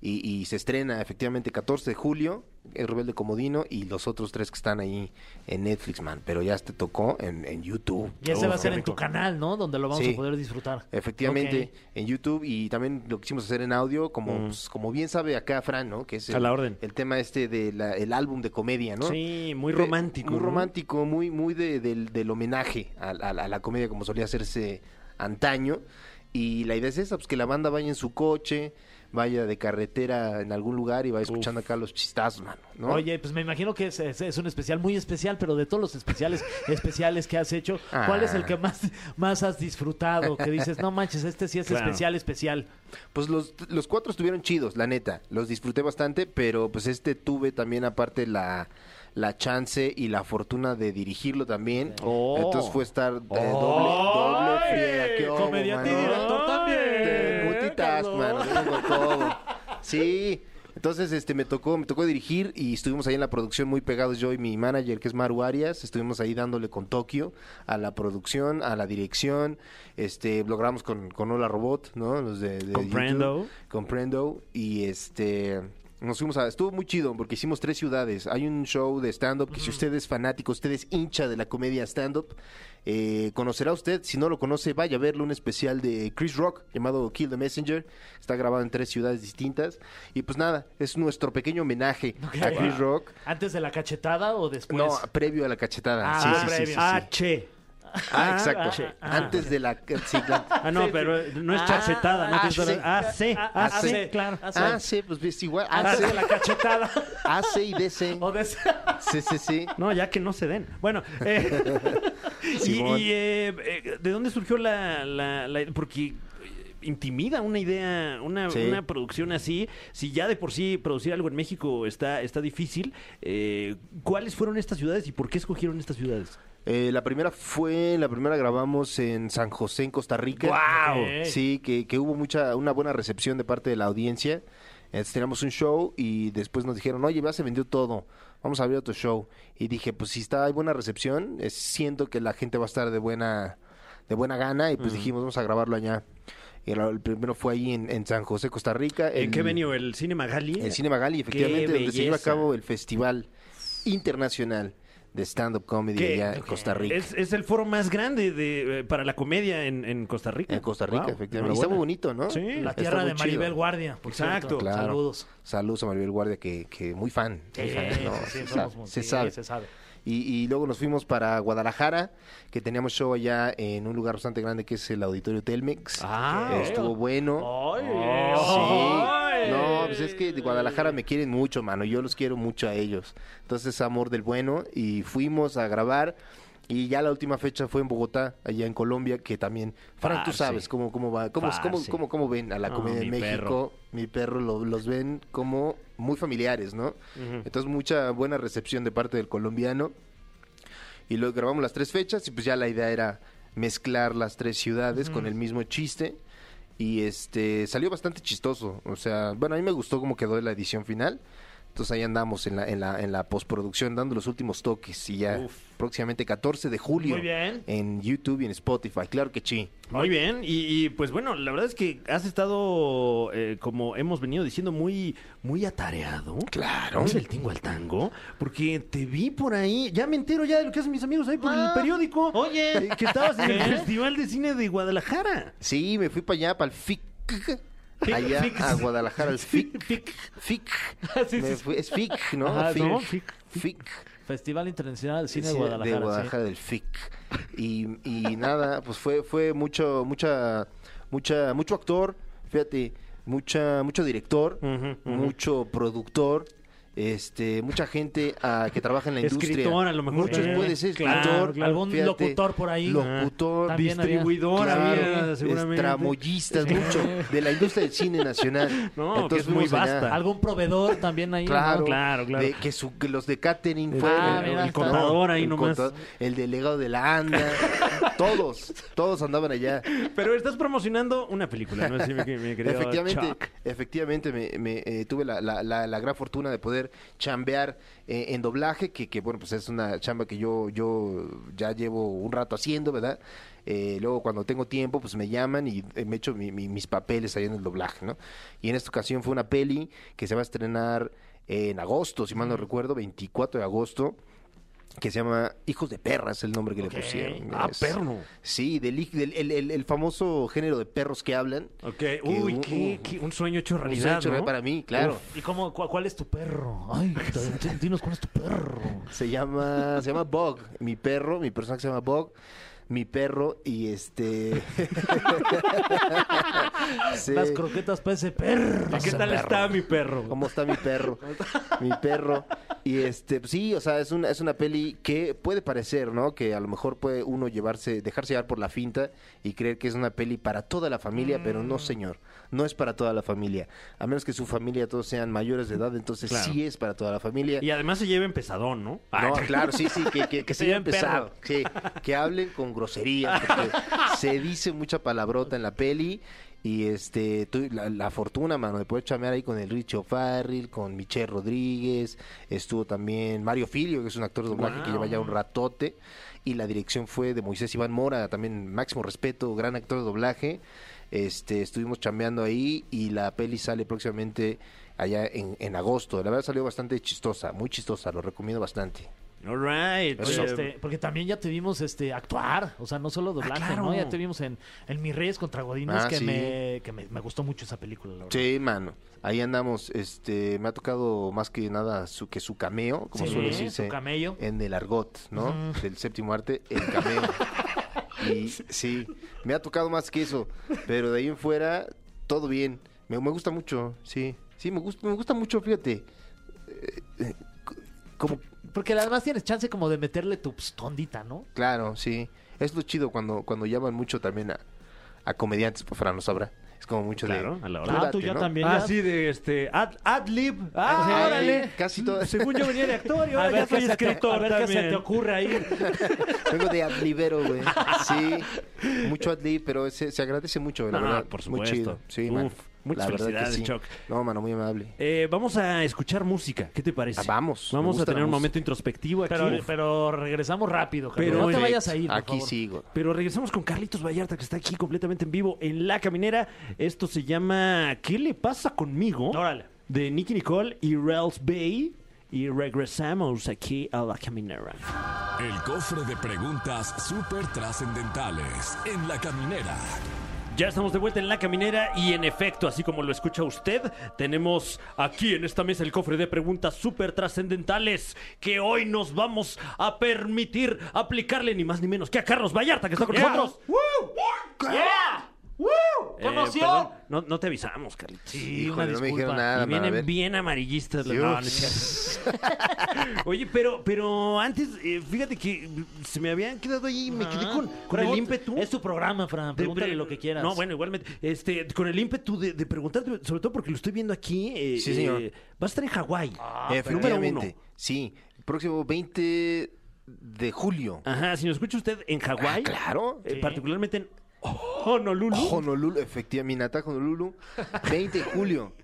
Speaker 6: Y, y se estrena efectivamente 14 de julio, el Rebelde Comodino y los otros tres que están ahí en Netflix, man. Pero ya te tocó en, en YouTube.
Speaker 3: Y ese
Speaker 6: Uf,
Speaker 3: va a ser
Speaker 6: qué
Speaker 3: en tu
Speaker 6: rico.
Speaker 3: canal, ¿no? Donde lo vamos
Speaker 6: Sí.
Speaker 3: a poder disfrutar.
Speaker 6: Efectivamente,
Speaker 3: Ok.
Speaker 6: en YouTube y también lo quisimos hacer en audio, como, pues, como bien sabe acá Fran, ¿no? Que es el,
Speaker 2: Mm. A la orden.
Speaker 6: el tema este del álbum de comedia, ¿no?
Speaker 2: Sí, muy
Speaker 6: Eh,
Speaker 2: romántico.
Speaker 6: Muy
Speaker 2: ¿no?
Speaker 6: romántico, muy, muy de- del, del homenaje a, a- a la comedia como solía hacerse antaño. Y la idea es esa, pues que la banda vaya en su coche, vaya de carretera en algún lugar y vaya escuchando acá los chistazos, mano, ¿no?
Speaker 3: Oye, pues me imagino que es, es- es un especial muy especial, pero de todos los especiales especiales que has hecho, ¿cuál es
Speaker 6: Ah.
Speaker 3: el que más, más has disfrutado? Que dices, no manches, este sí es
Speaker 2: Claro.
Speaker 3: especial, especial.
Speaker 6: Pues los, los cuatro estuvieron chidos, la neta. Los disfruté bastante, pero pues este tuve también aparte la, la chance y la fortuna de dirigirlo también.
Speaker 2: Oh.
Speaker 6: Entonces fue estar eh, doble, doble
Speaker 2: ¡Ay!
Speaker 6: friega. ¿Qué hubo,
Speaker 3: Comediante y
Speaker 6: mano?
Speaker 3: director también,
Speaker 6: Te- multitask,
Speaker 3: Carlos.
Speaker 6: mano, yo tengo todo. Sí. Entonces, este, me tocó, me tocó dirigir y estuvimos ahí en la producción muy pegados yo y mi manager, que es Maru Arias, estuvimos ahí dándole con Tokio a la producción, a la dirección, este, lo grabamos con, con Hola Robot, ¿no? Los de, de
Speaker 2: Comprendo.
Speaker 6: YouTube. Comprendo. Y este. Nos fuimos a. Estuvo muy chido porque hicimos tres ciudades. Hay un show de stand-up que, si usted es fanático, usted es hincha de la comedia stand-up, eh, conocerá usted. Si no lo conoce, vaya a verlo. Un especial de Chris Rock llamado Kill the Messenger. Está grabado en tres ciudades distintas. Y pues nada, es nuestro pequeño homenaje a
Speaker 3: Ok.
Speaker 6: Chris Rock.
Speaker 3: ¿Antes de la cachetada o después?
Speaker 6: No, previo a la cachetada.
Speaker 3: Pues Ah,
Speaker 6: sí, sí, sí,
Speaker 3: previo.
Speaker 6: sí, sí.
Speaker 2: H.
Speaker 6: Ah, exacto.
Speaker 2: ah, ah,
Speaker 6: Antes de la... Sí, claro.
Speaker 2: Ah, no, pero eh, no es chacetada, ¿no?
Speaker 6: ah,
Speaker 2: Que es-
Speaker 6: sí.
Speaker 2: Ah, sí, ah,
Speaker 6: Ah,
Speaker 2: sí,
Speaker 6: sí.
Speaker 2: claro.
Speaker 6: Ah, sí, pues es igual.
Speaker 3: Antes de
Speaker 6: AC,
Speaker 3: la cachetada.
Speaker 6: AC y DC.
Speaker 3: o de ese-
Speaker 6: Sí, sí, sí.
Speaker 2: No, ya que no se den. Bueno, eh, y,
Speaker 6: Simón.
Speaker 2: y, eh, eh, ¿de dónde surgió la, la- la- Porque eh, intimida una idea, una,
Speaker 6: Sí.
Speaker 2: una producción así. Si ya de por sí producir algo en México está, está difícil, eh, ¿cuáles fueron estas ciudades y por qué escogieron estas ciudades?
Speaker 6: Eh, la primera fue, la primera grabamos en San José, en Costa Rica.
Speaker 3: ¡Guau! Ok.
Speaker 6: Sí, que, que hubo mucha, una buena recepción de parte de la audiencia. Entonces, teníamos un show y después nos dijeron, oye, ya se vendió todo, vamos a abrir otro show. Y dije, pues si está, hay buena recepción, eh, siento que la gente va a estar de buena, de buena gana y pues dijimos, vamos a grabarlo allá. Y lo- el primero fue ahí en, en San José, Costa Rica.
Speaker 2: ¿En
Speaker 6: el-
Speaker 2: qué venue? ¿El Cine Magali?
Speaker 6: El Cine Magali,
Speaker 2: Qué
Speaker 6: efectivamente, donde se lleva a
Speaker 2: belleza.
Speaker 6: cabo el Festival Internacional de Stand-Up Comedy
Speaker 2: Que-
Speaker 6: allá en Costa Rica.
Speaker 2: Es, es el foro más grande de, eh, para la comedia en, en Costa Rica.
Speaker 6: En Costa Rica,
Speaker 2: Wow,
Speaker 6: efectivamente. Y está muy
Speaker 2: enhorabuena.
Speaker 6: bonito, ¿no?
Speaker 2: Sí.
Speaker 3: La
Speaker 6: Está
Speaker 3: tierra
Speaker 6: muy
Speaker 3: de Maribel
Speaker 6: chido.
Speaker 3: Guardia, por
Speaker 2: Exacto.
Speaker 3: cierto.
Speaker 6: Claro.
Speaker 3: Saludos.
Speaker 6: Saludos a Maribel Guardia, que, que muy fan. muy fan,
Speaker 3: Sí,
Speaker 6: ¿no?
Speaker 3: sí,
Speaker 6: Se
Speaker 3: somos
Speaker 6: sabe,
Speaker 3: muy-
Speaker 6: se
Speaker 3: sí,
Speaker 6: sabe.
Speaker 3: se sabe.
Speaker 6: Y, y luego nos fuimos para Guadalajara, que teníamos show allá en un lugar bastante grande que es el Auditorio Telmex.
Speaker 2: Ah,
Speaker 6: Eh, Estuvo bueno.
Speaker 3: Ay,
Speaker 2: Oh.
Speaker 6: Sí.
Speaker 3: ay.
Speaker 6: No, pues es que de Guadalajara me quieren mucho, mano. Yo los quiero mucho a ellos. Entonces, amor del bueno. Y fuimos a grabar. Y ya la última fecha fue en Bogotá, allá en Colombia, que también. Fran, tú
Speaker 2: Parce.
Speaker 6: sabes cómo, cómo va, cómo, cómo,
Speaker 2: Parce.
Speaker 6: cómo, cómo ven a la
Speaker 2: Ah,
Speaker 6: comedia en
Speaker 2: mi
Speaker 6: México.
Speaker 2: perro.
Speaker 6: Mi perro lo- los ven como muy familiares, ¿no? Entonces, mucha buena recepción de parte del colombiano. Y luego grabamos las tres fechas y pues ya la idea era mezclar las tres ciudades con el mismo chiste. Y este salió bastante chistoso. O sea, bueno, a mí me gustó cómo quedó la edición final. Entonces ahí andamos en la, en la, en la postproducción dando los últimos toques. Y ya próximamente 14 de julio
Speaker 3: Muy bien.
Speaker 6: en YouTube y en Spotify. Claro que sí.
Speaker 2: Muy bien, y, y, pues bueno, la verdad es que has estado, eh, como hemos venido diciendo, muy, muy atareado.
Speaker 6: Claro.
Speaker 2: Vamos del tingo al tango, porque te vi por ahí, ya me entero ya de lo que hacen mis amigos ahí por el periódico.
Speaker 3: Oye.
Speaker 2: eh, que estabas en el
Speaker 3: ¿Eh?
Speaker 2: Festival de Cine de Guadalajara.
Speaker 6: Sí, me fui para allá, para el FIC. Allá
Speaker 3: FIC.
Speaker 6: a Guadalajara, el FIC.
Speaker 3: Fic.
Speaker 6: FIC.
Speaker 3: Ah, Sí,
Speaker 6: Me
Speaker 3: sí,
Speaker 6: fui- es FIC, ¿no?
Speaker 3: Ajá,
Speaker 6: FIC.
Speaker 3: ¿no?
Speaker 6: FIC.
Speaker 3: Festival Internacional del Cine de
Speaker 6: Sí,
Speaker 3: Guadalajara. sí.
Speaker 6: del FIC. Y, y nada, pues fue, fue mucho, mucha, mucha, mucho actor, fíjate, mucha, mucho director, mucho productor. Este, mucha gente ah, que trabaja en la industria.
Speaker 2: Escritor, a lo mejor.
Speaker 6: Muchos
Speaker 2: Sí,
Speaker 6: puede ser
Speaker 2: claro,
Speaker 6: escritor.
Speaker 3: claro. Algún
Speaker 6: fíjate,
Speaker 3: locutor por ahí.
Speaker 6: Locutor,
Speaker 3: Ah, también había.
Speaker 2: Distribuidor
Speaker 6: Claro,
Speaker 2: había, seguramente.
Speaker 6: es tramoyistas, mucho de la industria del cine nacional.
Speaker 2: No, que es muy
Speaker 6: fuimos allá.
Speaker 2: vasta.
Speaker 3: Algún proveedor también ahí.
Speaker 6: Claro,
Speaker 3: ¿no?
Speaker 2: Claro, claro.
Speaker 6: De que, su- que los de catering
Speaker 3: Ah,
Speaker 6: fueron
Speaker 3: mira,
Speaker 6: el,
Speaker 3: está.
Speaker 2: contador ahí nomás.
Speaker 6: el delegado de la ANDA, todos, todos andaban allá.
Speaker 2: Pero estás promocionando una película, ¿no? Así, mi, mi querido
Speaker 6: efectivamente,
Speaker 2: Chuck.
Speaker 6: efectivamente me, me, eh, tuve la, la- la- la gran fortuna de poder chambear eh, en doblaje, que, que, bueno, pues es una chamba que yo, yo ya llevo un rato haciendo, ¿verdad? Eh, luego cuando tengo tiempo, pues me llaman y eh, me echo mi- mi- mis papeles ahí en el doblaje, ¿no? Y en esta ocasión fue una peli que se va a estrenar eh, en agosto, si mal no recuerdo, 24 de agosto. Que se llama Hijos de Perras, el nombre que le pusieron.
Speaker 2: Ah,
Speaker 6: Es-
Speaker 2: perro.
Speaker 6: Sí, del, hij- del- el, el- el famoso género de perros que hablan.
Speaker 2: Ok, uy,
Speaker 6: un-
Speaker 2: qué, qué- un sueño hecho
Speaker 6: Un
Speaker 2: realidad,
Speaker 6: sueño
Speaker 2: ¿no?
Speaker 6: para mí, claro.
Speaker 3: ¿Y cómo, cua- cuál es tu perro? Ay, d- dinos cuál es tu perro.
Speaker 6: Se llama se llama Bog, mi perro, mi personaje se llama Bog, mi perro y este Sí.
Speaker 3: Las croquetas para ese perro.
Speaker 2: ¿Y ¿Qué tal está mi perro?
Speaker 6: ¿Cómo está mi perro? mi perro. Y este, pues, sí, o sea, es una, es una peli que puede parecer, ¿no? Que a lo mejor puede uno llevarse, dejarse llevar por la finta y creer que es una peli para toda la familia, pero no, señor. No es para toda la familia. A menos que su familia todos sean mayores de edad, entonces
Speaker 2: Claro.
Speaker 6: sí es para toda la familia.
Speaker 2: Y además se lleva pesadón, ¿no? Ay,
Speaker 6: No, claro, sí, sí, que, que, que se
Speaker 3: lleven
Speaker 6: hayan pesado. Sí, que hablen con grosería, porque se dice mucha palabrota en la peli. Y este, tu- la, la fortuna, mano, de poder chamear ahí con el Richo Farrell, con Michelle Rodríguez, estuvo también Mario Filio, que es un actor de doblaje que lleva ya un ratote, y la dirección fue de Moisés Iván Mora, también máximo respeto, gran actor de doblaje. Este, estuvimos chambeando ahí y la peli sale próximamente allá en, en agosto. La verdad salió bastante chistosa, muy chistosa, lo recomiendo bastante.
Speaker 2: All right.
Speaker 3: Oye,
Speaker 6: Eso.
Speaker 2: Eh,
Speaker 3: este, porque también ya te vimos este, actuar, o sea, no solo doblaje,
Speaker 2: claro.
Speaker 3: ¿no? Ya te vimos en, en Mis Reyes contra Godines,
Speaker 6: Ah,
Speaker 3: que,
Speaker 6: sí.
Speaker 3: me, que me, me gustó mucho esa película, la verdad.
Speaker 6: Sí, mano. Ahí andamos. Este, me ha tocado más que nada su, que su cameo, como
Speaker 3: Sí,
Speaker 6: suele decirse.
Speaker 3: su camello.
Speaker 6: En el argot, ¿no? Del séptimo arte, el cameo. Y sí, me ha tocado más que eso. Pero de ahí en fuera, todo bien. Me, me gusta mucho, sí. Sí, me gusta, me gusta mucho, fíjate. Eh, eh, c- como,
Speaker 3: Porque además tienes chance como de meterle tu tondita, ¿no?
Speaker 6: claro, sí. Es lo chido cuando, cuando llaman mucho también a, a comediantes, pues Fran lo sabrá. Es como mucho
Speaker 2: Claro,
Speaker 6: de...
Speaker 2: a la hora.
Speaker 6: tú
Speaker 2: Ah,
Speaker 6: date, ¿no?
Speaker 2: Así de este. Ad, ad lib.
Speaker 6: Ay,
Speaker 2: Ah, órale.
Speaker 6: Casi todo.
Speaker 2: Según yo venía de actor y
Speaker 3: A
Speaker 2: ahora
Speaker 3: ver
Speaker 2: ya
Speaker 3: qué
Speaker 2: soy
Speaker 3: se te-
Speaker 2: escritor.
Speaker 3: a ver qué se te
Speaker 2: ocurre ahí.
Speaker 6: Vengo de Adlibero, güey. Sí, mucho Adlib, pero se, se agradece mucho, la
Speaker 2: No,
Speaker 6: verdad.
Speaker 2: Ah, por
Speaker 6: Muy
Speaker 2: supuesto.
Speaker 6: chido. Sí, mano.
Speaker 2: Uf, muchas
Speaker 6: La verdad que
Speaker 2: felicidades,
Speaker 6: sí.
Speaker 2: Choc.
Speaker 6: No, mano, muy amable.
Speaker 2: eh, vamos a escuchar música. ¿Qué te parece?
Speaker 6: Ah, vamos, me
Speaker 2: Vamos a
Speaker 6: gusta
Speaker 2: tener
Speaker 6: la
Speaker 2: un
Speaker 6: música.
Speaker 2: momento introspectivo aquí.
Speaker 3: Pero,
Speaker 2: Uf.
Speaker 3: pero regresamos rápido, Javier.
Speaker 2: Pero
Speaker 3: no te
Speaker 2: en-
Speaker 3: vayas a ir. por
Speaker 6: Aquí
Speaker 3: favor.
Speaker 6: sí, güey.
Speaker 2: Pero regresamos con Carlitos Vallarta, que está aquí completamente en vivo en La Caminera. Esto se llama ¿Qué le pasa conmigo?
Speaker 3: Órale.
Speaker 2: De Nicky Nicole y Ralph Bay. Y regresamos aquí a La Caminera.
Speaker 1: El cofre de preguntas súper trascendentales en la caminera.
Speaker 2: Ya estamos de vuelta en la caminera y en efecto, así como lo escucha usted, tenemos aquí en esta mesa el cofre de preguntas súper trascendentales que hoy nos vamos a permitir aplicarle ni más ni menos que a Carlos Vallarta que está con nosotros. Eh, perdón, no, no te avisamos, Carlitos.
Speaker 3: Sí,
Speaker 6: Híjole,
Speaker 3: una
Speaker 6: no me
Speaker 3: disculpa.
Speaker 6: dijeron nada,
Speaker 2: y
Speaker 6: mano, a
Speaker 2: vienen
Speaker 6: ver.
Speaker 2: bien amarillistas las
Speaker 6: Dios.
Speaker 2: no, no es cierto. Oye, pero, pero antes, eh, fíjate que se me habían quedado ahí y me quedé con, con el
Speaker 3: Pregunta-
Speaker 2: ímpetu.
Speaker 3: Es tu programa, Fran.
Speaker 2: De
Speaker 3: Pregúntale
Speaker 2: pre-
Speaker 3: lo que quieras.
Speaker 2: No, bueno, igualmente. Este, con el ímpetu de, de preguntarte, sobre todo porque lo estoy viendo aquí. eh,
Speaker 6: Sí, señor.
Speaker 2: eh, vas a estar en Hawái.
Speaker 3: Ah.
Speaker 6: Efectivamente.
Speaker 2: Ah, Número uno.
Speaker 6: Sí, próximo 20 de julio.
Speaker 2: Ajá, si nos escucha usted en Hawái.
Speaker 6: Ah, claro.
Speaker 2: Ah,
Speaker 6: Oh,
Speaker 2: eh, Particularmente en Honolulu.
Speaker 6: Honolulu, efectivamente, mi natal Honolulu, 20 de julio.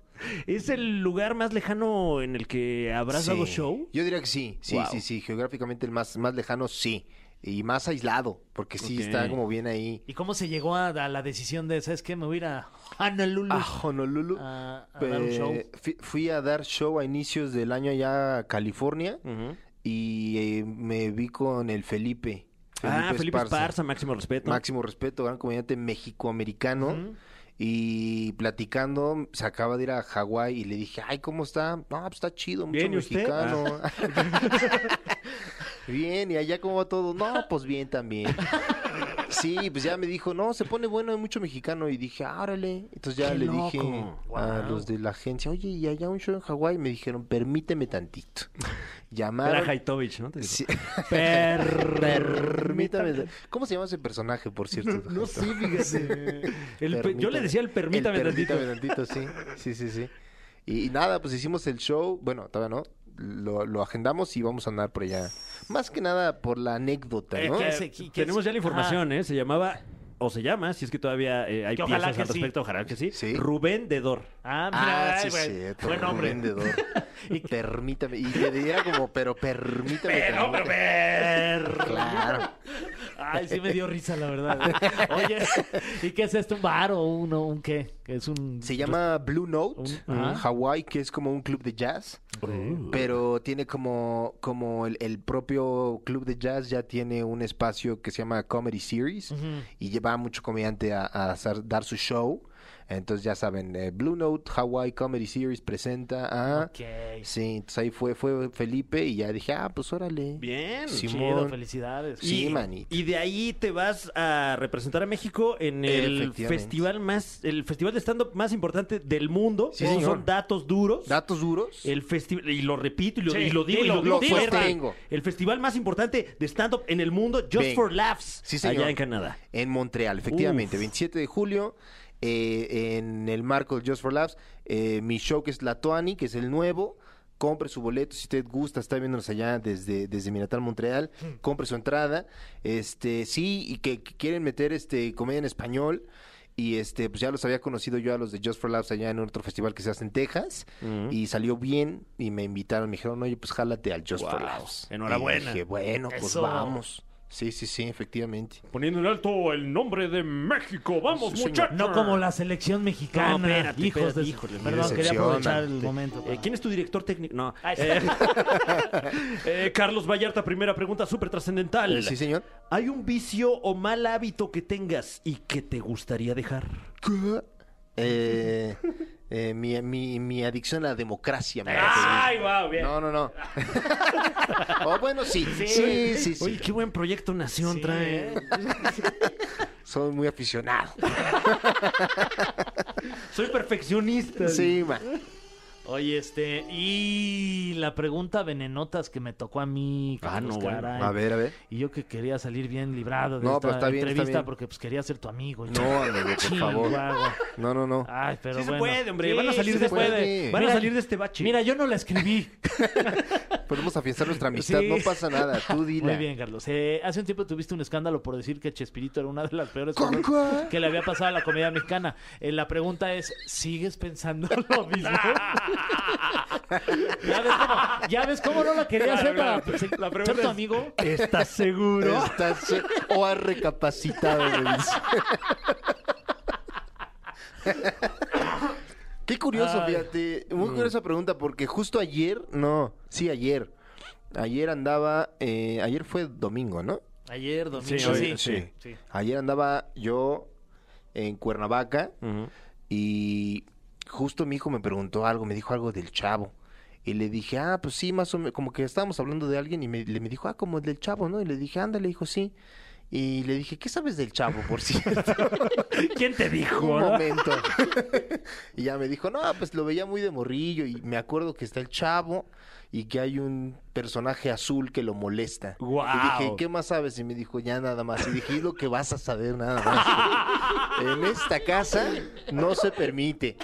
Speaker 2: Es el lugar más lejano en el que habrás dado
Speaker 6: Sí.
Speaker 2: show.
Speaker 6: Yo diría que sí, sí,
Speaker 2: Wow.
Speaker 6: sí, sí. Geográficamente el más, más lejano, sí. Y más aislado, porque sí
Speaker 2: Ok.
Speaker 6: está como bien ahí.
Speaker 3: ¿Y cómo se llegó a, a la decisión de, ¿sabes qué? Me voy a ir a Honolulu
Speaker 6: A Honolulu.
Speaker 3: a, a dar un show.
Speaker 6: Eh, fui, fui a dar show a inicios del año allá a California y eh, me vi con el Felipe.
Speaker 2: ah, Felipe Esparza, máximo respeto.
Speaker 6: Máximo respeto, gran comediante mexicoamericano. Y platicando, se acaba de ir a Hawái y le dije, ay, ¿cómo está? No, pues está chido, mucho
Speaker 2: Bien, ¿y usted? Ah.
Speaker 6: mexicano. bien, ¿y allá cómo va todo? No, pues bien también. Sí, pues ya me dijo, no, se pone bueno, hay mucho mexicano. Y dije, ah, órale. Entonces ya
Speaker 2: ¡Qué
Speaker 6: le
Speaker 2: loco!
Speaker 6: dije a los de la agencia, oye, ¿y allá un show en Hawái? Me dijeron, permíteme tantito.
Speaker 2: Era
Speaker 6: Llamaron.
Speaker 2: Haitovich, ¿no? Te digo.
Speaker 6: Sí.
Speaker 2: Permítame.
Speaker 6: Permítame. ¿Cómo se llama ese personaje, por cierto?
Speaker 2: No sé, fíjese. El pe- yo
Speaker 6: Permítame.
Speaker 2: le decía el permítame,
Speaker 6: El
Speaker 2: tantito.
Speaker 6: permítame tantito, sí. Sí, sí, sí. Y, y nada, pues hicimos el show. Bueno, todavía no. Lo, lo agendamos y vamos a andar por allá. Más que nada por la anécdota,
Speaker 2: Eh,
Speaker 6: ¿no?
Speaker 2: que,
Speaker 3: ese- que- que
Speaker 2: tenemos
Speaker 3: es-
Speaker 2: ya la información, ¿eh? Se llamaba, o se llama, si es que todavía eh, hay
Speaker 3: Que ojalá
Speaker 2: piezas
Speaker 3: que
Speaker 2: al
Speaker 3: sí.
Speaker 2: respecto, ojalá que sí.
Speaker 6: Sí.
Speaker 2: Rubén Dedor.
Speaker 3: Ah, mira,
Speaker 6: Ah, sí,
Speaker 3: ay, güey,
Speaker 6: cierto,
Speaker 3: buen
Speaker 6: Rubén
Speaker 3: hombre.
Speaker 6: Vendedor. permítame. Y le diría como, pero permítame. tantito. Claro.
Speaker 3: Ay, sí me dio risa, la verdad. Oye, ¿y qué es esto? ¿Un bar o un, o un qué? Que Es un...
Speaker 6: Se llama Blue Note,
Speaker 3: Un- ajá.
Speaker 6: en Hawái, que es como un club de jazz. Pero tiene como, como el, el propio club de jazz ya tiene un espacio que se llama Comedy Series y lleva a mucho comediante a, a hacer- dar su show. Entonces ya saben, eh, Blue Note Hawaii Comedy Series presenta a...
Speaker 3: Ok.
Speaker 6: Sí, entonces ahí fue, fue Felipe y ya dije, ah, pues órale.
Speaker 2: Bien.
Speaker 6: Simón.
Speaker 3: Chido, felicidades.
Speaker 6: Sí,
Speaker 2: y,
Speaker 6: manito.
Speaker 2: y de ahí te vas a representar a México en el
Speaker 6: Efectivamente.
Speaker 2: festival más, el festival de stand-up más importante del mundo.
Speaker 6: Sí,
Speaker 2: Esos
Speaker 6: señor.
Speaker 2: son datos duros.
Speaker 6: Datos duros.
Speaker 2: el festival, y lo repito, y lo,
Speaker 3: Sí,
Speaker 2: y lo digo, y
Speaker 3: dilo,
Speaker 2: lo digo
Speaker 6: dilo,
Speaker 2: fuerte.
Speaker 6: sostengo.
Speaker 2: El festival más importante de stand-up en el mundo, Just
Speaker 6: Venga.
Speaker 2: for Laughs,
Speaker 6: Sí, señor.
Speaker 2: allá en Canadá.
Speaker 6: En Montreal, efectivamente.
Speaker 2: Uf.
Speaker 6: 27 de julio, eh, en el marco del Just for Labs, eh, mi show que es La Toani, que es el nuevo. Compre su boleto si usted gusta, está viéndonos allá desde, desde mi natal Montreal.
Speaker 2: Hmm.
Speaker 6: Compre su entrada. Este, sí, y que, que quieren meter este comedia en español. Y este, pues ya los había conocido yo a los de Just for Labs allá en otro festival que se hace en Texas. Y salió bien. Y me invitaron, me dijeron, oye, pues jálate al Just for
Speaker 2: Wow.
Speaker 6: Labs.
Speaker 2: Enhorabuena.
Speaker 6: Y dije, bueno, pues
Speaker 3: Eso.
Speaker 6: vamos. Sí, sí, sí, efectivamente.
Speaker 2: Poniendo en alto el nombre de México. Vamos,
Speaker 6: Sí, señor.
Speaker 2: muchachos.
Speaker 3: No como la selección mexicana.
Speaker 2: No, espérate,
Speaker 3: hijos
Speaker 2: espérate,
Speaker 3: de...
Speaker 2: híjole, me
Speaker 3: Perdón, quería
Speaker 6: decepciona.
Speaker 3: aprovechar el momento.
Speaker 2: Eh,
Speaker 3: para-
Speaker 2: ¿Quién es tu director técnico? No. Eh, eh, Carlos Vallarta, primera pregunta súper trascendental.
Speaker 6: Eh, Sí, señor.
Speaker 2: ¿Hay un vicio o mal hábito que tengas y que te gustaría dejar?
Speaker 6: Eh, eh, mi, mi, mi adicción a la democracia. me
Speaker 2: ¡Ay, wow!
Speaker 6: refiero.
Speaker 2: Bien.
Speaker 6: No, no, no. oh, bueno, sí. Sí, sí, sí.
Speaker 2: Oye, qué buen proyecto Nación
Speaker 3: ¿eh?
Speaker 2: trae.
Speaker 6: Soy muy aficionado.
Speaker 2: Soy perfeccionista.
Speaker 6: Sí, ma.
Speaker 3: Oye, este, y la pregunta venenotas que me tocó a mí.
Speaker 2: Ah,
Speaker 3: Carlos,
Speaker 2: no, bueno.
Speaker 3: Pues caray.
Speaker 6: A ver, a ver.
Speaker 3: Y yo que quería salir bien librado de
Speaker 6: No,
Speaker 3: esta
Speaker 6: pero está bien, está
Speaker 3: entrevista
Speaker 6: bien.
Speaker 3: porque pues quería ser tu amigo. y-
Speaker 6: No, amigo, por favor.
Speaker 3: Chihuahua.
Speaker 6: No, no,
Speaker 2: Ah.
Speaker 6: no.
Speaker 3: Ay, pero
Speaker 2: sí se
Speaker 3: bueno.
Speaker 2: puede, hombre.
Speaker 3: Sí,
Speaker 2: Van a salir
Speaker 3: sí
Speaker 2: de
Speaker 3: se puede.
Speaker 6: puede.
Speaker 2: Van a
Speaker 3: Mira,
Speaker 2: salir de este bache.
Speaker 3: Mira, yo no la escribí.
Speaker 6: Podemos afianzar nuestra amistad.
Speaker 3: Sí.
Speaker 6: No pasa nada. Tú dila.
Speaker 3: Muy bien, Carlos. Eh, hace un tiempo tuviste un escándalo por decir que Chespirito era una de las peores
Speaker 6: ¿Con
Speaker 3: cosas
Speaker 6: cuál?
Speaker 3: que le había pasado a la comedia mexicana. Eh, la pregunta es, ¿sigues pensando lo mismo? ¿Ya, ves cómo, ya ves cómo no la quería hacer para pues, ser tu amigo?
Speaker 2: ¿Estás seguro?
Speaker 6: Estás, eh, o has recapacitado. me dice. Qué curioso,
Speaker 3: Ay.
Speaker 6: fíjate. Muy curiosa pregunta, porque justo ayer, no, sí, ayer. Ayer andaba, eh, ayer fue domingo, ¿no?
Speaker 3: Ayer, domingo.
Speaker 2: Sí, hoy,
Speaker 6: sí.
Speaker 3: sí.
Speaker 6: Ayer andaba yo en Cuernavaca y justo mi hijo me preguntó algo, me dijo algo del chavo. Y le dije, ah, pues sí, más o menos, como que estábamos hablando de alguien y me, le, me dijo, ah, como el del chavo, ¿no? Y le dije, ándale, hijo, sí. Y le dije, ¿qué sabes del chavo, por cierto?
Speaker 2: ¿Quién te dijo?
Speaker 6: Un
Speaker 2: no?
Speaker 6: momento. y ya me dijo, no, pues lo veía muy de morrillo y me acuerdo que está el chavo y que hay un personaje azul que lo molesta.
Speaker 2: Guau.
Speaker 6: Y dije, ¿qué más sabes? Y me dijo, ya nada más. Y dije, "Es lo que vas a saber nada más. en esta casa no se permite.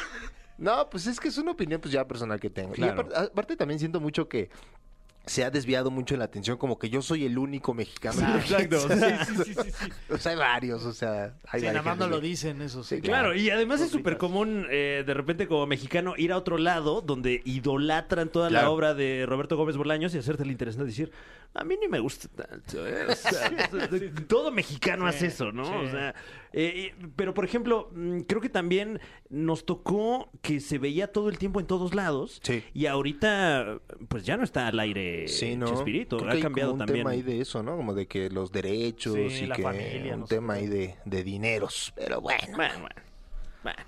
Speaker 6: No, pues es que es una opinión pues ya personal que tengo. Y
Speaker 2: Claro.
Speaker 6: apar- aparte, también siento mucho que se ha desviado mucho la atención, como que yo soy el único mexicano.
Speaker 2: Exacto. Sí, sí, sí, sí, sí.
Speaker 6: O sea, hay varios, o sea, hay
Speaker 3: Sí, nada
Speaker 6: varios.
Speaker 3: más no lo dicen, eso sí.
Speaker 6: Sí,
Speaker 2: Claro, y además es súper común eh, de repente como mexicano ir a otro lado donde idolatran toda la
Speaker 6: Claro.
Speaker 2: obra de Roberto Gómez Bolaños y hacerte el interesante y decir, a mí ni me gusta tanto. eh", o sea, todo mexicano hace eso, ¿no?
Speaker 3: sí.
Speaker 2: O sea, eh, y- pero por ejemplo, mm, creo que también nos tocó que se veía todo el tiempo en todos lados
Speaker 6: Sí.
Speaker 2: y ahorita pues ya no está al aire
Speaker 6: Sí, ¿no?
Speaker 2: eh, Chespirito,
Speaker 6: Creo
Speaker 2: ha
Speaker 6: que hay
Speaker 2: cambiado
Speaker 6: como un
Speaker 2: también.
Speaker 6: tema ahí de eso, ¿no? Como de que los derechos
Speaker 3: Sí,
Speaker 6: y
Speaker 3: la
Speaker 6: que
Speaker 3: familia,
Speaker 6: un
Speaker 3: no sé
Speaker 6: tema ahí de, de dineros. Pero bueno.
Speaker 2: Bueno, bueno, bueno,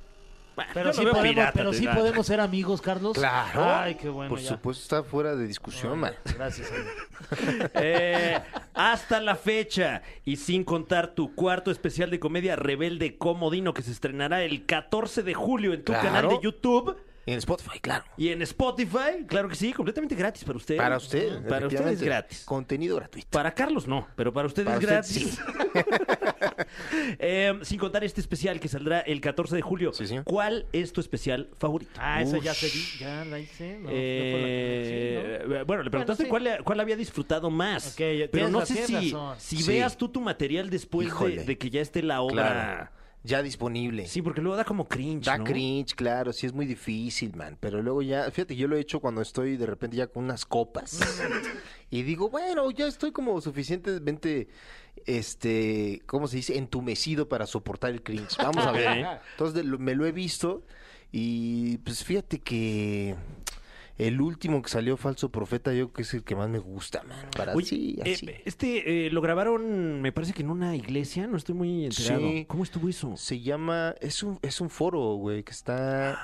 Speaker 2: bueno.
Speaker 3: Pero
Speaker 2: Yo
Speaker 3: sí,
Speaker 2: lo veo
Speaker 3: podemos,
Speaker 2: pirata,
Speaker 3: pero sí
Speaker 2: te-
Speaker 3: podemos ser amigos, Carlos.
Speaker 6: Claro.
Speaker 3: Ay, qué bueno.
Speaker 6: Por
Speaker 3: ya.
Speaker 6: supuesto está fuera de discusión, man.
Speaker 3: Gracias. amigo.
Speaker 2: Eh, hasta la fecha y sin contar tu cuarto especial de comedia Rebelde Comodino que se estrenará el 14 de julio en tu
Speaker 6: Claro.
Speaker 2: canal de YouTube
Speaker 6: En Spotify, claro.
Speaker 2: y en Spotify, claro que sí, completamente gratis para usted. Ah,
Speaker 6: Para usted.
Speaker 2: Para usted es
Speaker 6: efectivamente.
Speaker 2: gratis.
Speaker 6: Contenido gratuito.
Speaker 2: Para Carlos no, pero para usted
Speaker 6: Para
Speaker 2: es
Speaker 6: usted,
Speaker 2: gratis. Eh, sin contar este especial que saldrá el 14 de julio.
Speaker 6: Sí, señor.
Speaker 2: ¿Cuál es tu especial favorito?
Speaker 3: Ah, esa ya
Speaker 6: Ush.
Speaker 3: se di- ya la hice. No,
Speaker 2: Eh,
Speaker 3: no fue la que- sí, ¿no?
Speaker 2: Bueno, le preguntaste
Speaker 3: sí.
Speaker 2: cuál, le- cuál había disfrutado más.
Speaker 3: Ok, tienes
Speaker 2: pero no
Speaker 3: ra-
Speaker 2: sé
Speaker 3: tienes
Speaker 2: si,
Speaker 3: razón.
Speaker 2: si
Speaker 6: Sí.
Speaker 2: veas tú tu material después de,
Speaker 6: Híjole.
Speaker 2: de que ya esté la
Speaker 6: Claro.
Speaker 2: obra.
Speaker 6: Ya disponible.
Speaker 2: Sí, porque luego da como cringe.
Speaker 6: Da
Speaker 2: ¿no?
Speaker 6: cringe, claro, sí es muy difícil, man. Pero luego ya, fíjate, yo lo he hecho cuando estoy de repente ya con unas copas. y digo, bueno, ya estoy como suficientemente, este, ¿cómo se dice? Entumecido para soportar el cringe. Vamos a ver.
Speaker 2: Ok.
Speaker 6: Entonces de- lo- me lo he visto y pues fíjate que... El último que salió falso profeta, yo creo que es el que más me gusta, man. Para
Speaker 2: Oye,
Speaker 6: así,
Speaker 2: eh,
Speaker 6: así.
Speaker 2: este eh, lo grabaron, me parece que en una iglesia, no estoy muy enterado.
Speaker 6: Sí.
Speaker 2: ¿Cómo estuvo eso?
Speaker 6: Se llama, es un, es un foro, güey, que está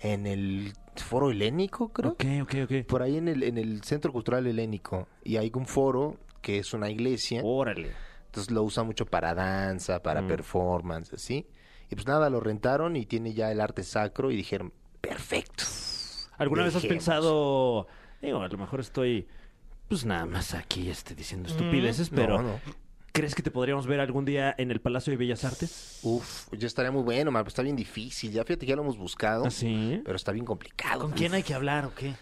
Speaker 6: en el foro helénico, creo.
Speaker 2: Ok, ok, ok.
Speaker 6: Por ahí en el, en el Centro Cultural Helénico. Y hay un foro que es una iglesia.
Speaker 2: Órale.
Speaker 6: Entonces lo usa mucho para danza, para
Speaker 2: Oh. Mm.
Speaker 6: performance, así. Y pues nada, lo rentaron y tiene ya el arte sacro y dijeron, perfecto.
Speaker 2: ¿Alguna vez has
Speaker 6: Dejemos.
Speaker 2: pensado, digo, a lo mejor estoy, pues nada más aquí este, diciendo
Speaker 3: Mm,
Speaker 2: estupideces, pero
Speaker 6: No, no.
Speaker 2: ¿crees que te podríamos ver algún día en el Palacio de Bellas Artes?
Speaker 6: Uf, ya estaría muy bueno, man, pero está bien difícil. Ya fíjate que ya lo hemos buscado.
Speaker 2: ¿Ah, Así.
Speaker 6: Pero está bien complicado.
Speaker 3: ¿Con
Speaker 6: man.
Speaker 3: quién hay que hablar o qué?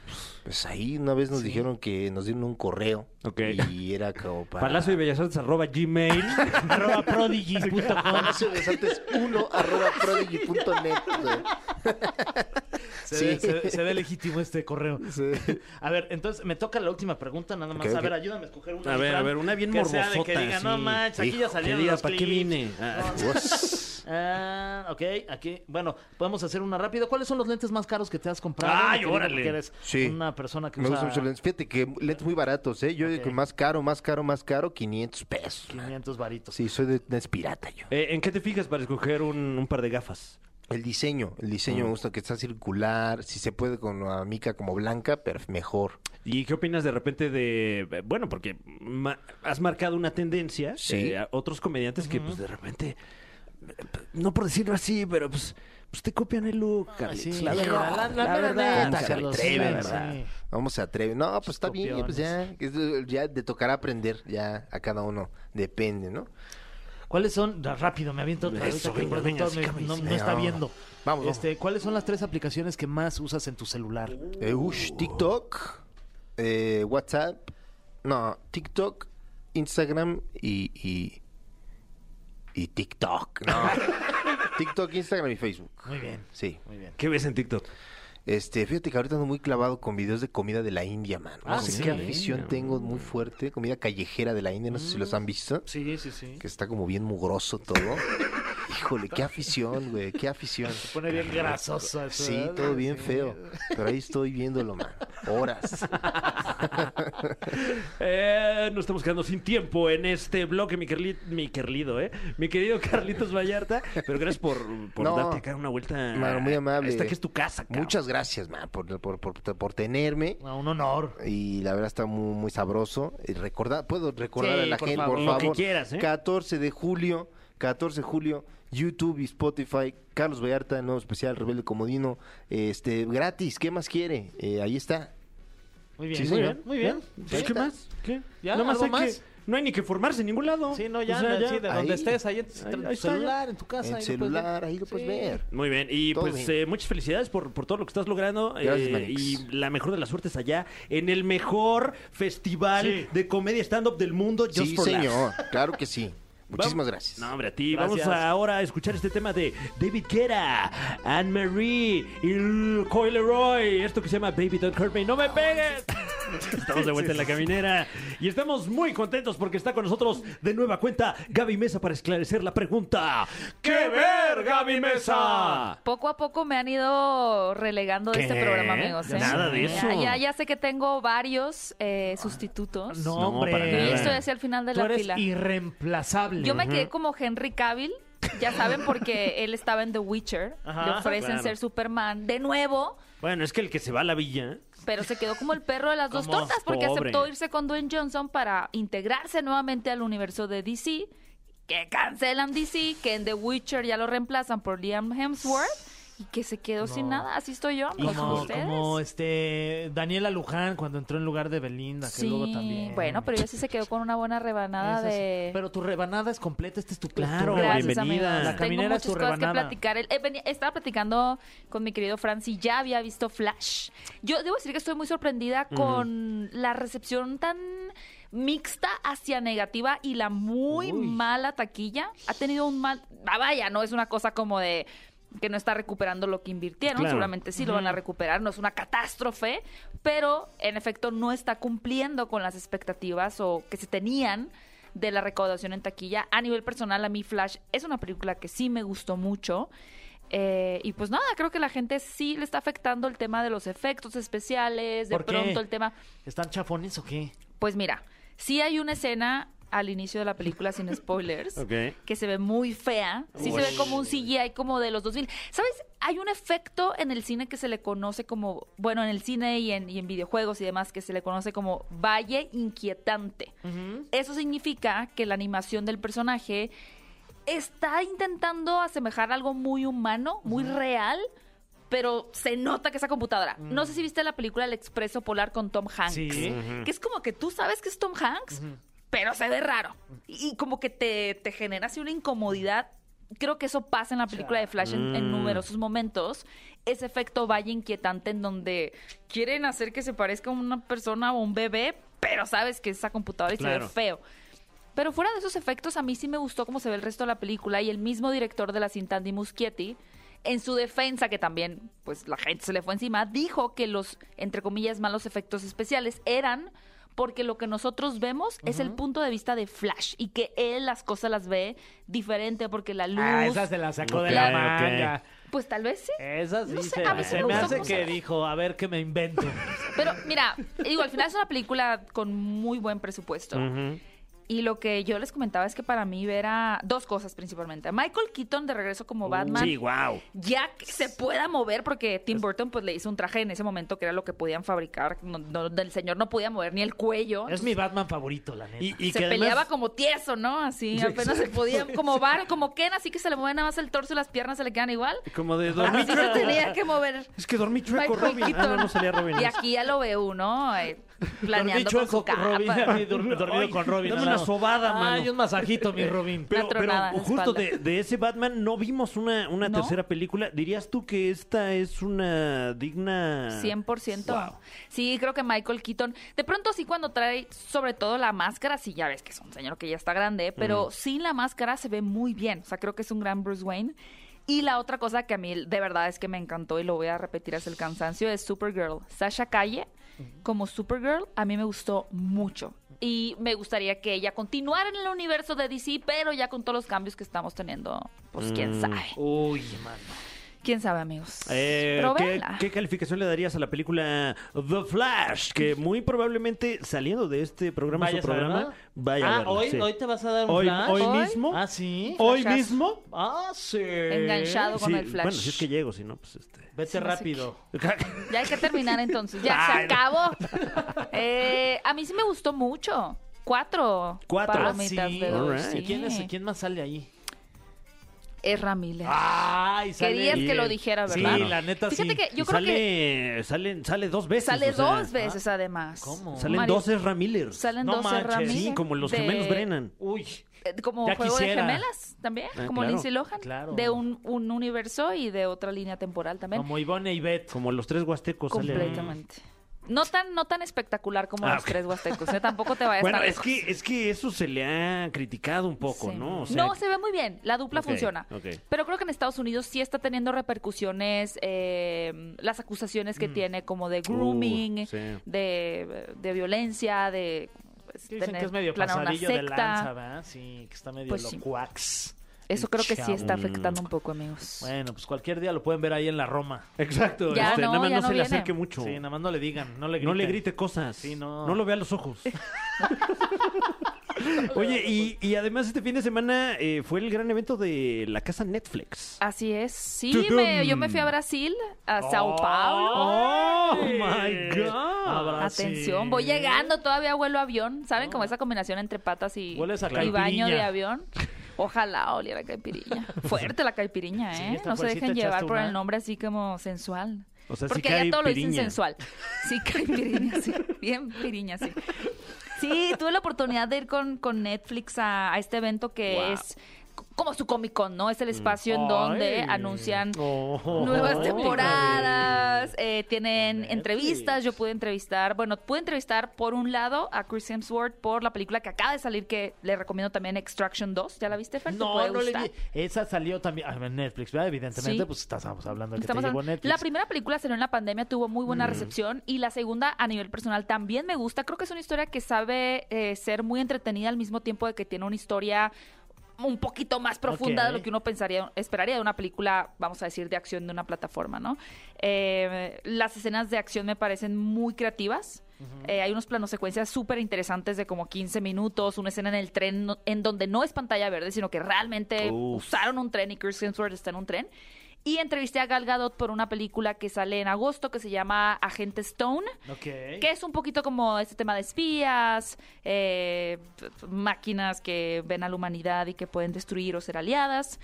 Speaker 6: Pues ahí una vez nos dijeron que nos dieron un correo.
Speaker 2: Ok.
Speaker 6: Y era como para...
Speaker 2: Palacio de Bellas Artes arroba gmail.
Speaker 3: Arroba prodigy.com.
Speaker 6: Palacio de Bellas Artes 1 arroba prodigy.net. o sea,
Speaker 3: Se,
Speaker 6: Sí.
Speaker 3: ve, se ve- se ve legítimo este correo.
Speaker 6: sí.
Speaker 3: A ver, entonces me toca la última pregunta, nada más.
Speaker 6: Ok,
Speaker 3: A ver,
Speaker 6: ok.
Speaker 3: ayúdame a escoger una.
Speaker 2: A ver,
Speaker 3: Fran,
Speaker 2: a ver, una bien
Speaker 3: que sea de Que
Speaker 2: morbosota,
Speaker 3: diga, no
Speaker 2: sí.
Speaker 3: manches, aquí
Speaker 6: Hijo,
Speaker 3: ya
Speaker 2: Que
Speaker 3: salieron
Speaker 2: diga,
Speaker 3: los
Speaker 2: ¿para qué
Speaker 3: clips".
Speaker 2: vine? Ah,
Speaker 6: Uf.
Speaker 3: Ah, ok, aquí. Bueno, podemos hacer una rápida. ¿Cuáles son los lentes más caros que te has comprado?
Speaker 2: Ay,
Speaker 3: mi querido?
Speaker 2: órale.
Speaker 3: Porque eres
Speaker 6: Sí.
Speaker 3: una persona que
Speaker 6: Me
Speaker 3: usa
Speaker 6: gustan mucho lentes. Fíjate que lentes muy baratos, ¿eh? Yo
Speaker 3: Ok.
Speaker 6: digo que más caro, más caro, más caro, 500 pesos. man.
Speaker 3: 500 varitos.
Speaker 6: Sí, soy de lentes pirata yo.
Speaker 2: Eh, ¿En qué te fijas para escoger un, un par de gafas?
Speaker 6: El diseño, el diseño me gusta que está circular, si se puede con una mica como blanca, pero mejor.
Speaker 2: ¿Y qué opinas de repente de, eh, bueno, porque ma- has marcado una tendencia,
Speaker 6: Sí.
Speaker 2: eh, a otros comediantes que pues de repente, eh, no por decirlo así, pero pues, pues te copian el look, Carlitos,
Speaker 3: sí.
Speaker 2: la verdad, la,
Speaker 3: la mera
Speaker 2: verdad,
Speaker 3: neta,
Speaker 6: se
Speaker 2: Carlitos, la
Speaker 6: atreven,
Speaker 2: verdad.
Speaker 6: ¿verdad? Vamos se atreven. No, pues está bien, pues ya, es- ya te tocará aprender, ya a cada uno depende, ¿no?
Speaker 3: ¿Cuáles son? Ah, Rápido, me aviento otra vez.
Speaker 2: Eso,
Speaker 3: que el
Speaker 2: venga, venga,
Speaker 3: productor me-
Speaker 2: sígame,
Speaker 3: no,
Speaker 2: sígame.
Speaker 3: no está viendo.
Speaker 6: Vamos, vamos.
Speaker 3: Este, ¿Cuáles son las tres aplicaciones que más usas en tu celular?
Speaker 6: Eh, ush, TikTok, eh, WhatsApp, no, TikTok, Instagram y, y, y TikTok, no. TikTok, Instagram y Facebook.
Speaker 3: Muy bien.
Speaker 6: Sí.
Speaker 2: ¿Qué ves en TikTok?
Speaker 6: Este, fíjate que ahorita ando muy clavado con videos de comida de la India, man. No
Speaker 3: Ah,
Speaker 6: sé
Speaker 3: sí.
Speaker 6: qué afición tengo muy fuerte, comida callejera de la India, no sé si los han visto,
Speaker 3: Sí, sí, sí.
Speaker 6: que está como bien mugroso todo. Híjole, qué afición, güey, qué afición.
Speaker 3: Pone bien grasoso. eso,
Speaker 6: Sí,
Speaker 3: ¿verdad?
Speaker 6: todo bien
Speaker 3: Sí.
Speaker 6: feo, pero ahí estoy viéndolo, man. Horas.
Speaker 2: Eh, nos estamos quedando sin tiempo en este bloque, mi, Carli- mi querido, ¿eh? Mi querido Carlitos Vallarta. Pero gracias por, por
Speaker 6: No.
Speaker 2: darte acá una vuelta.
Speaker 6: Mano, muy amable.
Speaker 2: Esta que es tu casa, cabrón.
Speaker 6: Muchas gracias, man, por, por, por- por tenerme.
Speaker 3: No, un honor.
Speaker 6: Y la verdad está muy, muy sabroso. Y recordar, puedo recordar
Speaker 3: Sí,
Speaker 6: a la
Speaker 3: por
Speaker 6: gente,
Speaker 3: favor.
Speaker 6: por
Speaker 2: Lo que
Speaker 6: favor.
Speaker 2: quieras, ¿eh?
Speaker 6: 14 de julio, 14 de julio, YouTube y Spotify, Carlos Vallarta, nuevo especial, Rebelde Comodino, este, gratis, ¿qué más quiere? Eh, ahí está.
Speaker 3: Muy bien,
Speaker 6: Sí,
Speaker 3: muy
Speaker 6: señor.
Speaker 3: bien, muy bien.
Speaker 2: Pues,
Speaker 3: Sí.
Speaker 2: ¿Qué más? ¿Qué?
Speaker 3: ¿Ya?
Speaker 2: Nada más
Speaker 3: ¿Algo
Speaker 2: hay que-
Speaker 3: más?
Speaker 2: no hay ni que formarse en ningún lado.
Speaker 3: Sí, no, ya,
Speaker 2: O sea,
Speaker 3: sí, de
Speaker 6: ahí.
Speaker 3: donde estés, ahí en tu
Speaker 2: Ahí- ahí está, ya.
Speaker 3: celular, en tu casa.
Speaker 6: en
Speaker 3: ahí lo puedes
Speaker 6: celular,
Speaker 3: ver.
Speaker 6: ahí lo puedes
Speaker 3: Sí.
Speaker 6: ver.
Speaker 2: Muy bien, y
Speaker 6: Todo
Speaker 2: pues
Speaker 6: bien.
Speaker 2: eh, muchas felicidades por, por todo lo que estás logrando.
Speaker 6: Gracias,
Speaker 2: eh,
Speaker 6: Manix.
Speaker 2: y la mejor de las suertes allá en el mejor festival de comedia stand-up del mundo, Just
Speaker 6: sí,
Speaker 2: for Laughs.
Speaker 6: señor, claro que sí. Muchísimas
Speaker 2: Vam-
Speaker 6: gracias.
Speaker 2: No, hombre, a ti.
Speaker 3: Gracias.
Speaker 2: Vamos ahora a escuchar este tema de David Guetta, Anne Marie y L- Coy Leroy. Esto que se llama Baby Don't Hurt Me. ¡No me pegues! Estamos de vuelta en la caminera y estamos muy contentos porque está con nosotros de nueva cuenta Gaby Mesa para esclarecer la pregunta. ¡Qué ver, Gaby Mesa!
Speaker 7: Poco a poco me han ido relegando de
Speaker 2: ¿Qué?
Speaker 7: este programa, amigos. ¿eh?
Speaker 2: Nada de
Speaker 7: Ya-
Speaker 2: eso.
Speaker 7: Ya, ya sé que tengo varios eh, sustitutos.
Speaker 3: No,
Speaker 2: No,
Speaker 3: hombre.
Speaker 2: para
Speaker 7: Y
Speaker 2: nada.
Speaker 7: yo estoy hacia el final de
Speaker 3: Tú
Speaker 7: la
Speaker 3: eres
Speaker 7: fila.
Speaker 3: irreemplazable.
Speaker 7: Yo me quedé como Henry Cavill, ya saben, porque él estaba en The Witcher.
Speaker 3: Ajá,
Speaker 7: Le ofrecen
Speaker 2: claro.
Speaker 7: ser Superman de nuevo,
Speaker 2: Bueno, es que el que se va a la villa.
Speaker 7: pero se quedó como el perro de las dos
Speaker 2: Como
Speaker 7: tortas porque
Speaker 2: pobre.
Speaker 7: aceptó irse con Dwayne Johnson para integrarse nuevamente al universo de DC. Que cancelan DC, que en The Witcher ya lo reemplazan por Liam Hemsworth y que se quedó sin nada. Así estoy yo, amigos, como
Speaker 3: Como,
Speaker 7: ustedes.
Speaker 3: como, este Daniela Luján cuando entró en lugar de Belinda, que
Speaker 7: Sí,
Speaker 3: luego también.
Speaker 7: bueno, pero ella sí se quedó con una buena rebanada
Speaker 3: Esa sí.
Speaker 7: de...
Speaker 3: Pero tu rebanada es completa, este es tu plato.
Speaker 2: Claro,
Speaker 7: Gracias,
Speaker 2: bienvenida.
Speaker 7: amigos.
Speaker 2: La
Speaker 7: Tengo
Speaker 3: caminera es
Speaker 7: muchas
Speaker 3: tu
Speaker 7: cosas que
Speaker 3: rebanada.
Speaker 7: platicar. Él- eh, venía- estaba platicando con mi querido Franci, ya había visto Flash. Yo debo decir que estoy muy sorprendida con la recepción tan mixta hacia negativa y la muy mala taquilla. Ha tenido un mal... Ah, vaya, no es una cosa como de que no está recuperando lo que invirtieron,
Speaker 2: Claro.
Speaker 7: seguramente sí lo van a recuperar, no es una catástrofe, pero en efecto no está cumpliendo con las expectativas o que se tenían de la recaudación en taquilla. A nivel personal, a mí Flash es una película que sí me gustó mucho. Eh, y pues nada, creo que la gente sí le está afectando el tema de los efectos especiales, de
Speaker 3: ¿Por qué?
Speaker 7: pronto el tema...
Speaker 3: ¿Están chafones o qué?
Speaker 7: Pues mira, sí hay una escena al inicio de la película sin spoilers
Speaker 2: Ok.
Speaker 7: que se ve muy fea. Sí se ve como un CGI como de los 2000. ¿Sabes? Hay un efecto en el cine que se le conoce como, bueno, en el cine y en, y en videojuegos y demás, que se le conoce como valle inquietante. Eso significa que la animación del personaje está intentando asemejar algo muy humano, muy real. Pero se nota que esa computadora. No sé si viste la película El Expreso Polar con Tom Hanks.
Speaker 3: Sí.
Speaker 7: Que es como que tú sabes que es Tom Hanks, pero se ve raro. Y como que te, te genera así una incomodidad. Creo que eso pasa en la película de Flash en, en numerosos momentos. Ese efecto valle inquietante en donde quieren hacer que se parezca a una persona o un bebé, pero sabes que es esa computadora y se
Speaker 2: Claro.
Speaker 7: ve feo. Pero fuera de esos efectos, a mí sí me gustó cómo se ve el resto de la película y el mismo director de la cinta, Andy Muschietti, en su defensa, que también pues la gente se le fue encima, dijo que los, entre comillas, malos efectos especiales eran porque lo que nosotros vemos es el punto de vista de Flash y que él las cosas las ve diferente porque la luz...
Speaker 3: Ah, esa Eh. se la sacó de
Speaker 2: Ok,
Speaker 3: la
Speaker 2: ok.
Speaker 3: manga.
Speaker 7: Pues tal vez sí.
Speaker 3: Esa sí
Speaker 7: No sé,
Speaker 3: se,
Speaker 7: a veces
Speaker 3: se
Speaker 7: me
Speaker 3: me
Speaker 7: gusta
Speaker 3: hace
Speaker 7: cómo se
Speaker 3: que
Speaker 7: ve.
Speaker 3: dijo, a ver qué me invento.
Speaker 7: Pero mira, digo, al final es una película con muy buen presupuesto. Y lo que yo les comentaba es que para mí ver a dos cosas principalmente. A Michael Keaton de regreso como
Speaker 3: Uh,
Speaker 7: Batman.
Speaker 2: Sí, wow.
Speaker 7: Ya que se pueda mover porque Tim Burton pues le hizo un traje en ese momento que era lo que podían fabricar. no- no- el señor no podía mover ni el cuello.
Speaker 3: Es mi Batman favorito, la neta.
Speaker 2: Y, y
Speaker 7: se
Speaker 2: que además-
Speaker 7: peleaba como tieso, ¿no? Así, apenas se podía, como bar, como Ken, así que se le mueven nada más el torso y las piernas se le quedan igual.
Speaker 2: como de dormir.
Speaker 7: Así se tenía que mover.
Speaker 2: Es que dormí chueco,
Speaker 7: Michael
Speaker 2: Robin. Ah,
Speaker 7: Keaton.
Speaker 2: no, no salía Robin.
Speaker 7: Y aquí ya lo ve uno eh, planeando
Speaker 3: Dormí
Speaker 7: con
Speaker 3: chueco
Speaker 7: su
Speaker 3: con
Speaker 7: capa.
Speaker 3: Robin, dormí- dormí- dormido
Speaker 2: Ay,
Speaker 3: con Robin.
Speaker 2: dame
Speaker 3: al
Speaker 2: una
Speaker 3: lado.
Speaker 2: sobada,
Speaker 3: Ay,
Speaker 2: mano. Eh,
Speaker 3: un masajito, mi Robin.
Speaker 2: Pero, pero
Speaker 7: tronada en la
Speaker 2: justo
Speaker 7: espalda.
Speaker 2: de, de ese Batman no vimos una, una
Speaker 7: ¿No?
Speaker 2: tercera película. ¿Dirías tú que esta es una digna...
Speaker 7: 100%.
Speaker 2: Wow.
Speaker 7: Sí, creo que Michael Keaton. De pronto sí cuando trae sobre todo la máscara, sí ya ves que es un señor que ya está grande, pero sin la máscara se ve muy bien. O sea, creo que es un gran Bruce Wayne. Y la otra cosa que a mí de verdad es que me encantó y lo voy a repetir hasta el cansancio es Supergirl. Sasha Calle como Supergirl a mí me gustó mucho. Y me gustaría que ella continuara en el universo de DC, pero ya con todos los cambios que estamos teniendo, pues quién
Speaker 2: Mm.
Speaker 7: sabe.
Speaker 3: Uy, mano.
Speaker 7: ¿Quién sabe, amigos?
Speaker 2: Eh,
Speaker 7: Pero
Speaker 2: ¿qué,
Speaker 7: véanla.
Speaker 2: qué calificación le darías a la película The Flash? Que muy probablemente saliendo de este programa, su
Speaker 3: Vayas a
Speaker 2: programa,
Speaker 3: verla.
Speaker 2: vaya a
Speaker 3: Ah,
Speaker 2: verla,
Speaker 3: hoy,
Speaker 2: sí.
Speaker 3: hoy te vas a dar un
Speaker 2: Hoy-
Speaker 3: flash.
Speaker 2: hoy
Speaker 7: Hoy.
Speaker 2: mismo.
Speaker 3: Ah, sí.
Speaker 2: Hoy
Speaker 7: Flashazo.
Speaker 2: mismo.
Speaker 3: Ah, sí.
Speaker 7: Enganchado con
Speaker 2: Sí,
Speaker 7: el Flash.
Speaker 2: Bueno, si es que llego, si no, pues este.
Speaker 3: Vete
Speaker 7: Sí, no sé
Speaker 3: rápido.
Speaker 7: Ya hay que terminar entonces. Ya se
Speaker 2: Ay, no.
Speaker 7: acabó. Eh, a mí sí me gustó mucho. Cuatro.
Speaker 2: Cuatro.
Speaker 7: Palomitas
Speaker 3: Ah, sí.
Speaker 7: de dos,
Speaker 2: Alright.
Speaker 7: sí.
Speaker 3: ¿Quién, es, ¿Quién más sale ahí?
Speaker 7: Ezra Miller.
Speaker 2: Ah,
Speaker 3: Ay, sale
Speaker 7: Querías que
Speaker 3: bien.
Speaker 7: lo dijera,
Speaker 3: Sí,
Speaker 7: ¿verdad?
Speaker 3: la neta
Speaker 7: Fíjate
Speaker 3: sí.
Speaker 7: que yo
Speaker 2: Y
Speaker 7: creo
Speaker 2: sale,
Speaker 7: que
Speaker 2: salen- sale dos veces.
Speaker 7: sale
Speaker 2: o sea, ah,
Speaker 7: dos veces además.
Speaker 3: ¿Cómo?
Speaker 2: Salen
Speaker 7: Mario-
Speaker 2: dos Ezra Miller.
Speaker 7: Salen
Speaker 3: No
Speaker 7: dos Ezra
Speaker 3: manches.
Speaker 7: Miller
Speaker 2: Sí, como los
Speaker 7: de-
Speaker 2: gemelos Brennan.
Speaker 3: Uy.
Speaker 7: eh, Como
Speaker 3: Ya
Speaker 7: juego
Speaker 3: quisiera.
Speaker 7: de gemelas también,
Speaker 2: Ah,
Speaker 7: como
Speaker 2: claro,
Speaker 7: Lindsay Lohan,
Speaker 3: claro.
Speaker 7: de un, un universo y de otra línea temporal también.
Speaker 3: Como Ivonne y Beth.
Speaker 2: Como los tres huastecos. sale ahí.
Speaker 7: Completamente. No tan, no tan espectacular como
Speaker 2: Ah,
Speaker 7: los
Speaker 2: ok.
Speaker 7: tres huastecos. ¿eh? Tampoco te vayas
Speaker 2: Bueno,
Speaker 7: tan
Speaker 2: es
Speaker 7: lejos.
Speaker 2: que, es que eso se le ha criticado un poco,
Speaker 7: Sí.
Speaker 2: ¿no? O sea,
Speaker 7: no, se ve muy bien, la dupla
Speaker 2: Ok,
Speaker 7: funciona.
Speaker 2: ok.
Speaker 7: Pero creo que en Estados Unidos sí está teniendo repercusiones eh, las acusaciones que tiene como de grooming,
Speaker 2: Mm. sí.
Speaker 7: de, de violencia, de... pues,
Speaker 3: Que dicen
Speaker 7: tener
Speaker 3: que es medio
Speaker 7: planear una
Speaker 3: pasadillo de
Speaker 7: secta.
Speaker 3: lanza, ¿verdad? Sí, que está medio
Speaker 7: Pues sí.
Speaker 3: locuax.
Speaker 7: Eso creo que sí
Speaker 3: Chavo.
Speaker 2: Mm.
Speaker 7: está afectando un poco, amigos.
Speaker 3: Bueno, pues cualquier día lo pueden ver ahí en la Roma.
Speaker 2: Exacto.
Speaker 7: Ya
Speaker 2: este,
Speaker 7: no,
Speaker 2: nada más
Speaker 7: ya
Speaker 2: no,
Speaker 7: no
Speaker 2: se le
Speaker 7: viene.
Speaker 2: acerque mucho.
Speaker 3: Sí, nada más no le digan, no le griten.
Speaker 2: No le grite cosas.
Speaker 3: Sí, no.
Speaker 2: lo vea a los ojos. Oye, y, y además este fin de semana eh, fue el gran evento de la casa Netflix.
Speaker 7: Así es, sí,
Speaker 2: Tudum.
Speaker 7: me- yo me fui a Brasil, a Sao Paulo.
Speaker 3: ¡Oh,
Speaker 2: my God!
Speaker 3: Ah,
Speaker 7: Atención, voy llegando, todavía vuelo a avión. ¿Saben? Como esa combinación entre patas y,
Speaker 3: Hueles a
Speaker 7: y baño de
Speaker 3: caipiriña.
Speaker 7: avión. Ojalá oliera caipiriña. Fuerte la caipiriña,
Speaker 3: Sí,
Speaker 7: ¿eh?
Speaker 3: esta
Speaker 7: no se
Speaker 3: fuercita
Speaker 7: dejen llevar
Speaker 3: echaste
Speaker 7: por
Speaker 3: una.
Speaker 7: el nombre así como sensual.
Speaker 2: O sea, sí
Speaker 7: Porque allá todo lo dicen
Speaker 2: caipiriña.
Speaker 7: sensual. Sí, caipiriña, sí. Bien piriña, sí. Sí, tuve la oportunidad de ir con, con Netflix a, a este evento que
Speaker 2: Wow.
Speaker 7: es c- como su Comic Con, ¿no? Es el espacio en donde
Speaker 3: Mm. Ay.
Speaker 7: anuncian
Speaker 3: Oh.
Speaker 7: nuevas
Speaker 3: Ay,
Speaker 7: temporadas, eh, tienen
Speaker 3: Netflix.
Speaker 7: entrevistas, yo pude entrevistar, bueno, pude entrevistar por un lado a Chris Hemsworth por la película que acaba de salir, que le recomiendo también Extraction 2, ¿ya la viste, Fer? ¿Te
Speaker 3: No,
Speaker 7: puede
Speaker 3: no le
Speaker 7: gustar?
Speaker 3: vi. Esa salió también ah, en Netflix, ¿verdad? Evidentemente,
Speaker 7: Sí.
Speaker 3: pues estábamos hablando de que
Speaker 7: Estamos
Speaker 3: te llevó
Speaker 7: hablando-
Speaker 3: Netflix. Mm.
Speaker 7: La primera película salió en la pandemia, tuvo muy buena recepción y la segunda a nivel personal también me gusta. Creo que es una historia que sabe eh, ser muy entretenida al mismo tiempo de que tiene una historia un poquito más profunda de
Speaker 3: Ok.
Speaker 7: lo que uno pensaría, esperaría de una película, vamos a decir, de acción de una plataforma, ¿no? Eh, las escenas de acción me parecen muy creativas. Eh, hay unos planos secuencias súper interesantes de como 15 minutos, una escena en el tren no- en donde no es pantalla verde, sino que realmente
Speaker 2: Uf.
Speaker 7: usaron un tren y Chris Hemsworth está en un tren. Y entrevisté a Gal Gadot por una película que sale en agosto que se llama Agente Stone,
Speaker 3: Ok.
Speaker 7: que es un poquito como este tema de espías, eh, p- máquinas que ven a la humanidad y que pueden destruir o ser aliadas.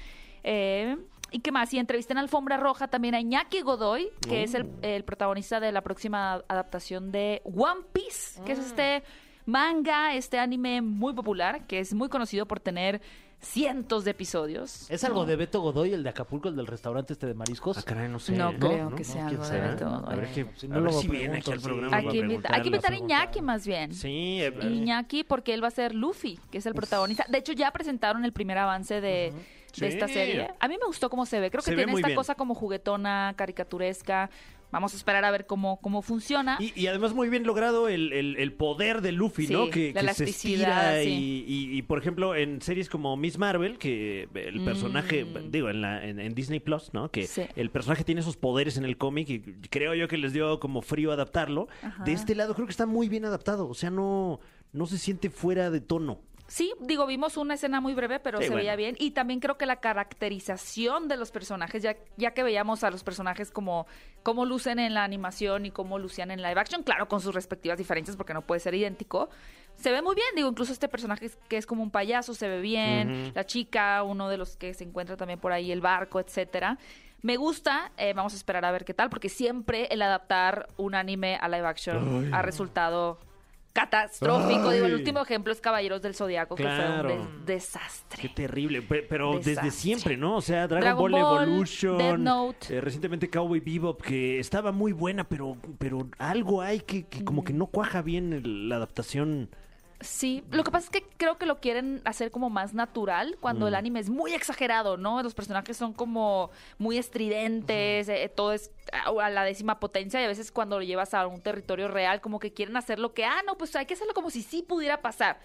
Speaker 7: Eh, ¿Y qué más? Y entrevisté en Alfombra Roja también a Iñaki Godoy, que es
Speaker 2: Uh.
Speaker 7: el, el protagonista de la próxima adaptación de One Piece,
Speaker 2: Mm.
Speaker 7: que es este manga, este anime muy popular, que es muy conocido por tener cientos de episodios.
Speaker 3: ¿Es algo de Beto Godoy, el de Acapulco, el del restaurante este de mariscos?
Speaker 2: Ah, caray, no sé.
Speaker 7: No creo que sea
Speaker 2: sea
Speaker 7: algo de Beto Godoy.
Speaker 2: A ver, que,
Speaker 3: Si
Speaker 2: a
Speaker 3: no
Speaker 2: ver
Speaker 3: lo
Speaker 2: si
Speaker 3: pregunto,
Speaker 2: viene aquí al
Speaker 3: sí.
Speaker 2: programa.
Speaker 7: Hay
Speaker 2: para
Speaker 7: que, invita- hay que invitar a
Speaker 2: preguntarle.
Speaker 7: Iñaki más bien.
Speaker 2: Sí, eh,
Speaker 7: Iñaki, porque él va a ser Luffy, que es el protagonista. De hecho, ya presentaron el primer avance de, de
Speaker 2: Sí.
Speaker 7: esta serie. A mí me gustó cómo se ve. Creo
Speaker 2: Se ve
Speaker 7: que tiene
Speaker 2: muy
Speaker 7: esta
Speaker 2: bien.
Speaker 7: cosa como juguetona, caricaturesca. Vamos a esperar a ver cómo, cómo funciona.
Speaker 2: Y, y además muy bien logrado el, el- el poder de Luffy,
Speaker 7: Sí,
Speaker 2: ¿no? Que, que
Speaker 7: la
Speaker 2: se
Speaker 7: elasticidad,
Speaker 2: estira y-
Speaker 7: sí.
Speaker 2: y, y, por ejemplo, en series como Miss Marvel, que eh, el personaje,
Speaker 7: Mm.
Speaker 2: digo, en, la, en, en Disney Plus, ¿no? Que
Speaker 7: Sí.
Speaker 2: el personaje tiene esos poderes en el cómic y creo yo que les dio como frío adaptarlo.
Speaker 7: Ajá.
Speaker 2: De este lado creo que está muy bien adaptado, o sea, no, no se siente fuera de tono.
Speaker 7: Sí, digo, vimos una escena muy breve, pero
Speaker 2: Sí,
Speaker 7: se
Speaker 2: bueno.
Speaker 7: veía bien. Y también creo que la caracterización de los personajes, ya, ya que veíamos a los personajes como cómo lucen en la animación y cómo lucían en live action, claro, con sus respectivas diferencias, porque no puede ser idéntico. Se ve muy bien, digo, incluso este personaje es- que es como un payaso se ve bien, la chica, uno de los que se encuentra también por ahí, el barco, etcétera. Me gusta, eh, vamos a esperar a ver qué tal, porque siempre el adaptar un anime a live action ha resultado catastrófico. Digo, el último ejemplo es Caballeros del Zodiaco,
Speaker 2: Claro.
Speaker 7: que fue un des- desastre.
Speaker 2: Qué terrible, pe- pero
Speaker 7: Desastre.
Speaker 2: desde siempre, ¿no? O sea, Dragon,
Speaker 7: Dragon
Speaker 2: Ball,
Speaker 7: Ball,
Speaker 2: Evolution,
Speaker 7: Death Note.
Speaker 2: eh, recientemente Cowboy Bebop, que estaba muy buena, pero, pero algo hay que, que como que no cuaja bien el- la adaptación.
Speaker 7: Sí, lo que pasa es que creo que lo quieren hacer como más natural cuando el anime es muy exagerado, ¿no? Los personajes son como muy estridentes, eh, todo es a a la décima potencia y a veces cuando lo llevas a un territorio real como que quieren hacer lo que, ah, no, pues hay que hacerlo como si sí pudiera pasar.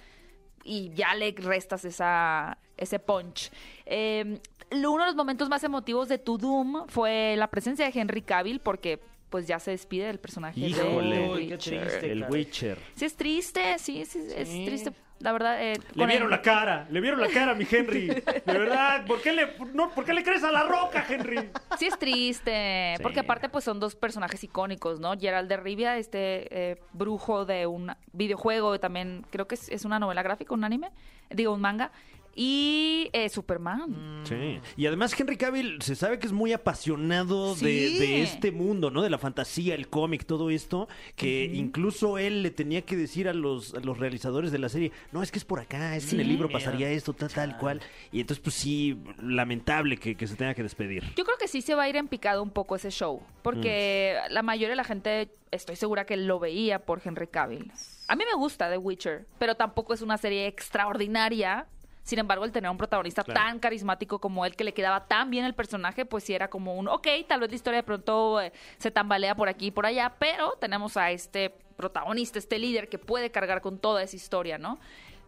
Speaker 7: Y ya le restas esa, ese punch. Eh, lo- uno de los momentos más emotivos de To Doom fue la presencia de Henry Cavill porque pues ya se despide del personaje de
Speaker 2: Híjole.
Speaker 7: The
Speaker 3: Uy, qué
Speaker 7: Witcher.
Speaker 3: triste,
Speaker 2: el
Speaker 3: caray.
Speaker 2: Witcher.
Speaker 7: Sí, es triste, sí, sí, es
Speaker 3: Sí.
Speaker 7: triste. La verdad, eh,
Speaker 2: Le
Speaker 7: con
Speaker 2: vieron
Speaker 7: el-
Speaker 2: la cara, le vieron la cara a mi Henry. De verdad, ¿por qué le, no, ¿por qué le crees a la roca, Henry?
Speaker 7: sí es triste,
Speaker 2: Sí.
Speaker 7: porque aparte pues son dos personajes icónicos, ¿no? Gerald de Rivia, este eh, brujo de un videojuego, también creo que es, es una novela gráfica, un anime, digo, un manga, y eh, Superman.
Speaker 2: Sí. Y además Henry Cavill se sabe que es muy apasionado de-
Speaker 7: Sí.
Speaker 2: de, este mundo, ¿no? De la fantasía, el cómic, todo esto, que incluso él le tenía que decir a los, a los realizadores de la serie, no, es que es por acá, es que en el libro pasaría esto, tal, tal cual. Y entonces, pues sí, lamentable que, que se tenga que despedir.
Speaker 7: Yo creo que sí se va a ir en picado un poco ese show, porque la mayoría de la gente, estoy segura que lo veía por Henry Cavill. A mí me gusta The Witcher, pero tampoco es una serie extraordinaria. Sin embargo, el tener un protagonista tan carismático como él, que le quedaba tan bien el personaje, pues sí era como un, ok, tal vez la historia de pronto eh, se tambalea por aquí y por allá, pero tenemos a este protagonista, este líder que puede cargar con toda esa historia, ¿no?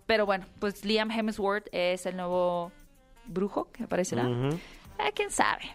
Speaker 7: Pero bueno, pues Liam Hemsworth es el nuevo brujo que aparecerá. Eh, ¿Quién sabe?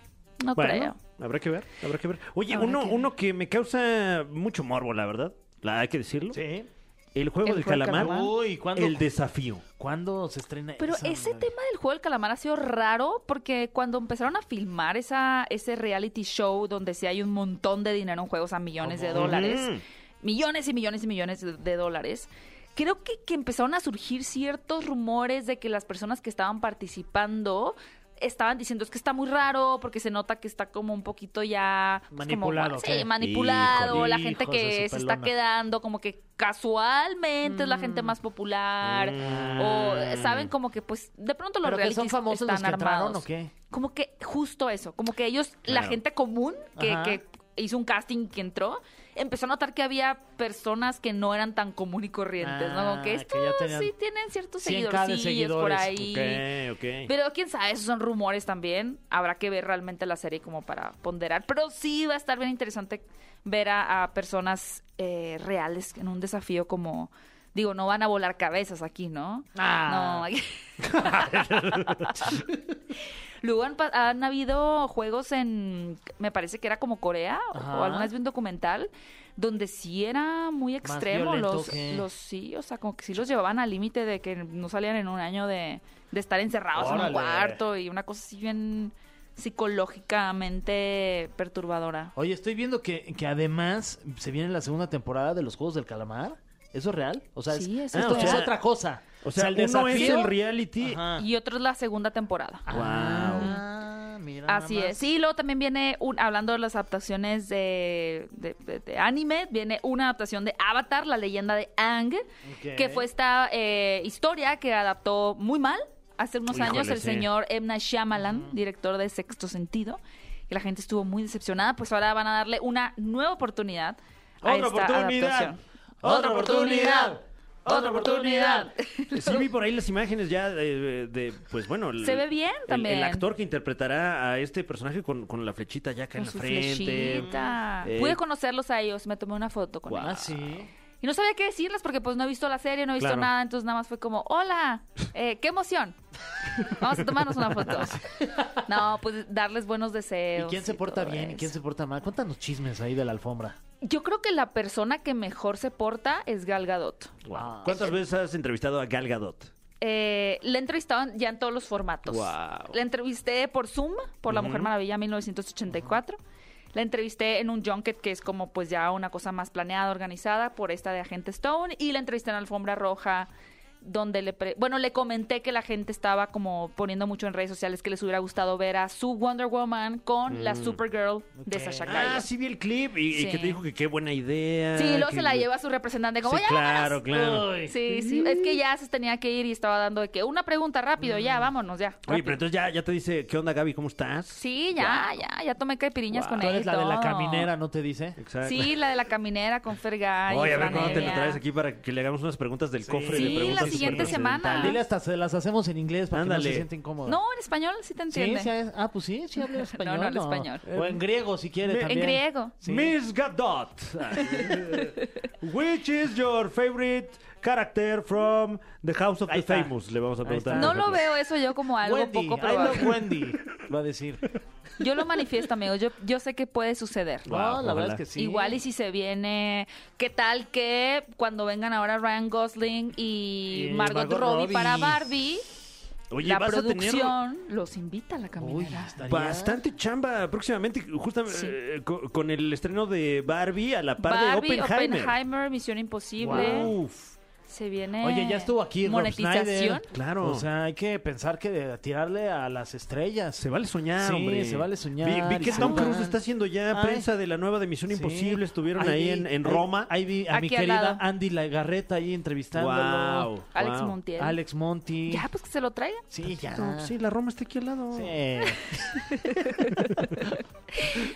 Speaker 7: No creo.
Speaker 2: habrá que ver, habrá que ver. Oye,
Speaker 7: Habrá
Speaker 2: uno,
Speaker 7: que ver.
Speaker 2: uno que me causa mucho morbo, la verdad. La, hay que decirlo.
Speaker 3: Sí.
Speaker 2: El juego
Speaker 7: El
Speaker 2: del
Speaker 7: juego del
Speaker 2: calamar.
Speaker 7: calamar.
Speaker 3: Uy, ¿cuándo?
Speaker 2: El desafío.
Speaker 3: ¿Cuándo se estrena
Speaker 7: Pero
Speaker 3: esa
Speaker 7: ese
Speaker 3: maravilla?
Speaker 7: tema del juego del calamar ha sido raro porque cuando empezaron a filmar esa, ese reality show donde sí hay un montón de dinero en juegos a millones de dólares,
Speaker 2: Ujú.
Speaker 7: millones y millones y millones de, de dólares, creo que, que empezaron a surgir ciertos rumores de que las personas que estaban participando estaban diciendo es que está muy raro porque se nota que está como un poquito ya pues, como-
Speaker 3: Manipulado,
Speaker 7: sí,
Speaker 3: ¿qué?
Speaker 7: manipulado
Speaker 3: Híjole,
Speaker 7: la gente
Speaker 3: hijos de
Speaker 7: que
Speaker 3: su
Speaker 7: se
Speaker 3: pelona.
Speaker 7: está
Speaker 3: Mm.
Speaker 7: quedando como que casualmente es la gente más popular
Speaker 3: Ah.
Speaker 7: o eh, saben como que pues de pronto los
Speaker 3: ¿Pero que
Speaker 7: realities
Speaker 3: son famosos
Speaker 7: están
Speaker 3: los que entraron
Speaker 7: armados
Speaker 3: o qué?
Speaker 7: como que justo eso, como que ellos, la
Speaker 2: Claro.
Speaker 7: gente común que,
Speaker 3: Ajá.
Speaker 7: que hizo un casting y que entró, empezó a notar que había personas que no eran tan común y corrientes, ¿no? Como que
Speaker 3: Ah, que
Speaker 7: estos
Speaker 3: ya tenían
Speaker 7: sí tienen ciertos
Speaker 3: 100K de
Speaker 7: seguidores, por
Speaker 3: seguidores.
Speaker 7: ahí.
Speaker 2: Ok, ok.
Speaker 7: Pero quién sabe, esos son rumores también. Habrá que ver realmente la serie como para ponderar. Pero sí va a estar bien interesante ver a, a personas eh, reales en un desafío como... Digo, no van a volar cabezas aquí, ¿no?
Speaker 3: Ah.
Speaker 7: No. aquí- Luego han, pa- han habido juegos en, me parece que era como Corea, o- o
Speaker 3: Ajá.
Speaker 7: alguna vez vi un documental, donde sí era muy extremo
Speaker 3: violento
Speaker 7: los,
Speaker 3: que-
Speaker 7: los sí, o sea, como que sí los llevaban al límite de que no salían en un año de, de estar encerrados en un
Speaker 3: Órale.
Speaker 7: cuarto y una cosa así bien psicológicamente perturbadora.
Speaker 3: Oye, estoy viendo que, que además se viene la segunda temporada de los Juegos del Calamar. ¿Eso es real? O sea, es-
Speaker 7: Sí, es
Speaker 3: esto
Speaker 2: real.
Speaker 3: es otra cosa.
Speaker 2: O sea,
Speaker 3: el
Speaker 2: uno es
Speaker 3: desafío-
Speaker 2: el reality.
Speaker 3: Ajá.
Speaker 7: Y otro es la segunda temporada.
Speaker 3: Ah, mira nada
Speaker 7: Así
Speaker 3: más.
Speaker 7: es. Sí, luego también viene, un- hablando de las adaptaciones de, de- de- de anime, viene una adaptación de Avatar, la leyenda de Ang,
Speaker 3: Ok.
Speaker 7: que fue esta eh, historia que adaptó muy mal hace unos
Speaker 2: Híjole,
Speaker 7: años el
Speaker 2: sí.
Speaker 7: señor M. Night Shyamalan, director de Sexto Sentido. Y la gente estuvo muy decepcionada, pues ahora van a darle una nueva oportunidad a esta adaptación.
Speaker 3: Otra oportunidad. Otra oportunidad.
Speaker 2: Sí vi por ahí las imágenes ya de, de- pues bueno, el-
Speaker 7: Se ve bien
Speaker 2: el-
Speaker 7: también.
Speaker 2: El, actor que interpretará a este personaje con, con la flechita ya acá en
Speaker 7: Con
Speaker 2: la
Speaker 7: su
Speaker 2: frente.
Speaker 7: flechita.
Speaker 2: Eh,
Speaker 7: Pude conocerlos a ellos, me tomé una foto con
Speaker 3: Ah,
Speaker 7: ellos.
Speaker 3: sí.
Speaker 7: Y no sabía qué decirles porque pues no he visto la serie, no he visto
Speaker 2: Claro.
Speaker 7: nada, entonces nada más fue como, hola, eh, qué emoción. Vamos a tomarnos una foto. No, pues darles buenos
Speaker 3: ¿Y
Speaker 7: deseos.
Speaker 3: quién se porta
Speaker 7: todo
Speaker 3: bien y
Speaker 7: eso.
Speaker 3: quién se porta mal? Cuéntanos chismes ahí de la alfombra.
Speaker 7: Yo creo que la persona que mejor se porta es Gal Gadot. Ah,
Speaker 2: wow. ¿Cuántas veces has entrevistado a Gal Gadot?
Speaker 7: eh, la entrevistaban ya en todos los formatos.
Speaker 2: Guau.
Speaker 7: La entrevisté por Zoom, por La Mujer Maravilla 1984. La entrevisté en un junket que es como pues ya una cosa más planeada, organizada por esta de Agente Stone. Y la entrevisté en Alfombra Roja, donde le... pre- bueno, le comenté que la gente estaba como poniendo mucho en redes sociales que les hubiera gustado ver a su Wonder Woman con la Supergirl de
Speaker 3: Ok.
Speaker 7: Sasha Calle.
Speaker 2: Mm. Ah, sí vi el clip y, y
Speaker 7: Sí.
Speaker 2: que te dijo que qué buena idea.
Speaker 7: Sí, luego
Speaker 2: que-
Speaker 7: se la lleva a su representante como
Speaker 2: Sí,
Speaker 7: ya.
Speaker 2: claro,
Speaker 7: vámonos".
Speaker 2: claro.
Speaker 3: Uy.
Speaker 7: Sí, sí, es que ya se tenía que ir y estaba dando de que una pregunta rápido, ya, vámonos, ya.
Speaker 2: Oye,
Speaker 7: rápido".
Speaker 2: pero entonces ya, ya te dice, ¿qué onda, Gaby? ¿Cómo estás?
Speaker 7: Sí, ya, ya, ya tomé caipiriñas
Speaker 2: Guau.
Speaker 7: con
Speaker 3: Tú
Speaker 7: él.
Speaker 3: eres
Speaker 7: y
Speaker 3: la de la
Speaker 7: todo.
Speaker 3: caminera, ¿no te dice?
Speaker 2: Exacto.
Speaker 7: Sí, la de la caminera con Fergay.
Speaker 2: Oye, a ver
Speaker 7: Fran
Speaker 2: cuándo te lo
Speaker 7: Evia.
Speaker 2: traes aquí para que le hagamos unas preguntas del cofre
Speaker 7: Sí,
Speaker 2: de preguntas.
Speaker 7: la siguiente semana.
Speaker 3: Dile hasta se las hacemos en inglés para que no
Speaker 2: Ándale.
Speaker 3: se sienten cómodos.
Speaker 7: No, en español sí te
Speaker 3: Sí,
Speaker 7: entiende.
Speaker 3: sí, es- ah, pues sí, sí habla español.
Speaker 7: no, habla español.
Speaker 3: O en griego, si quiere
Speaker 2: En
Speaker 7: en
Speaker 3: también.
Speaker 7: griego.
Speaker 3: Sí.
Speaker 2: Miss Gadot, which is your favorite character from The House of the
Speaker 3: Ahí está.
Speaker 2: Famous? Le vamos a
Speaker 3: Ahí
Speaker 2: preguntar.
Speaker 3: está.
Speaker 7: No lo veo eso yo como algo
Speaker 3: Wendy,
Speaker 7: poco
Speaker 3: I love
Speaker 7: probable.
Speaker 3: Wendy, va a decir.
Speaker 7: Yo lo manifiesto, amigo. Yo, yo sé que puede suceder.
Speaker 2: Wow,
Speaker 3: no, la
Speaker 2: ojalá.
Speaker 3: verdad es que Pues sí.
Speaker 7: Igual y si se viene, ¿qué tal que cuando vengan ahora Ryan Gosling y
Speaker 3: Y
Speaker 7: Margot,
Speaker 3: Margot
Speaker 7: Robbie,
Speaker 3: Robbie.
Speaker 7: para Barbie,
Speaker 2: Oye,
Speaker 7: la
Speaker 2: vas a tener
Speaker 7: producción los invita a la
Speaker 3: Uy,
Speaker 7: caminera?
Speaker 3: estaría-
Speaker 2: Bastante chamba próximamente, justamente
Speaker 7: Sí.
Speaker 2: eh, co- con, el estreno de Barbie a la par
Speaker 7: Barbie,
Speaker 2: de Oppenheimer.
Speaker 7: Misión Imposible.
Speaker 2: Uf,
Speaker 7: Se viene.
Speaker 3: Oye, ya estuvo aquí Rob
Speaker 7: Eh, Monetización.
Speaker 3: Schneider.
Speaker 2: Claro.
Speaker 3: O sea, hay que pensar que de- tirarle a las estrellas.
Speaker 2: se vale soñar,
Speaker 3: Sí,
Speaker 2: hombre.
Speaker 3: se vale soñar,
Speaker 2: Vi, vi que
Speaker 3: y se
Speaker 2: Tom
Speaker 3: vale.
Speaker 2: Cruise está haciendo ya
Speaker 3: Ay.
Speaker 2: prensa de la nueva de Misión
Speaker 3: Sí.
Speaker 2: Imposible. Estuvieron
Speaker 3: Ahí
Speaker 2: ahí,
Speaker 3: vi-
Speaker 2: en, en
Speaker 3: ahí-
Speaker 2: Roma.
Speaker 3: Ahí vi a mi
Speaker 7: Aquí al
Speaker 3: querida
Speaker 7: lado.
Speaker 3: Andy Lagarreta ahí entrevistándolo.
Speaker 2: Guau,
Speaker 7: Alex
Speaker 2: guau.
Speaker 7: Montiel.
Speaker 3: Alex Monti.
Speaker 7: Ya, pues que se lo traigan.
Speaker 3: Sí, ya.
Speaker 2: No, sí, la Roma está aquí al lado.
Speaker 3: Sí.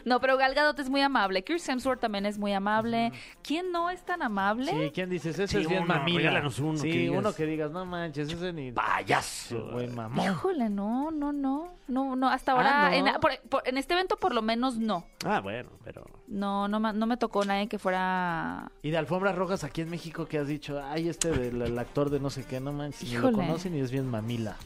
Speaker 7: No, pero Gal Gadot es muy amable. Chris Hemsworth también es muy amable. ¿Quién no es tan amable?
Speaker 3: Sí, ¿quién dices? Ese
Speaker 2: Sí,
Speaker 3: es bien
Speaker 2: uno,
Speaker 3: mamila.
Speaker 2: regálanos uno
Speaker 3: sí,
Speaker 2: que digas. eh.
Speaker 3: uno que digas, no manches, ese ni...
Speaker 2: Payaso.
Speaker 3: Güey, mamón.
Speaker 7: Híjole, no, no, no. No, no, hasta ahora.
Speaker 3: Ah, ¿no?
Speaker 7: En, por- por- en este evento, por lo menos, no.
Speaker 2: Ah, bueno, pero.
Speaker 7: No, no, ma- no me tocó nadie que fuera.
Speaker 3: Y de alfombras rojas aquí en México que has dicho, ay, este del el actor de no sé qué, no manches, ni lo
Speaker 7: Híjole.
Speaker 3: conocen y es bien mamila.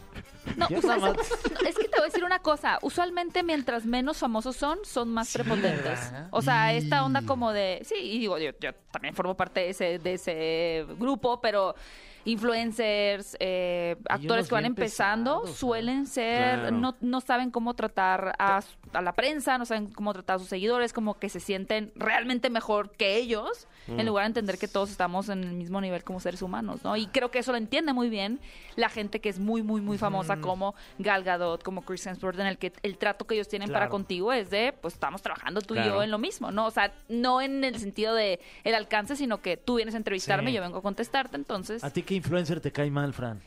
Speaker 7: No,
Speaker 3: Yo
Speaker 7: usual-
Speaker 3: nada más-
Speaker 7: no, es que te voy a decir una cosa. Usualmente, mientras menos famosos son, son más prepotentes. O sea, esta onda como de. Sí, y digo, yo, yo también formo parte de ese, de ese grupo, pero influencers, eh, actores que van
Speaker 3: bien
Speaker 7: empezando
Speaker 3: pesados, ¿no?
Speaker 7: suelen ser.
Speaker 2: Claro.
Speaker 7: No, no saben cómo tratar a, su- a la prensa, no saben cómo tratar a sus seguidores, como que se sienten realmente mejor que ellos, en
Speaker 3: Mm.
Speaker 7: lugar de entender que todos estamos en el mismo nivel como seres humanos, ¿no? Y creo que eso lo entiende muy bien la gente que es muy, muy, muy famosa,
Speaker 3: Mm.
Speaker 7: como Gal Gadot, como Chris Hemsworth, en el que el trato que ellos tienen para
Speaker 3: Claro.
Speaker 7: contigo es de, pues estamos trabajando tú y
Speaker 2: Claro.
Speaker 7: yo en lo mismo, ¿no? O sea, no en el sentido de el alcance, sino que tú vienes a entrevistarme,
Speaker 3: Sí.
Speaker 7: yo vengo a contestarte, entonces...
Speaker 3: ¿A ti qué influencer te cae mal, Fran?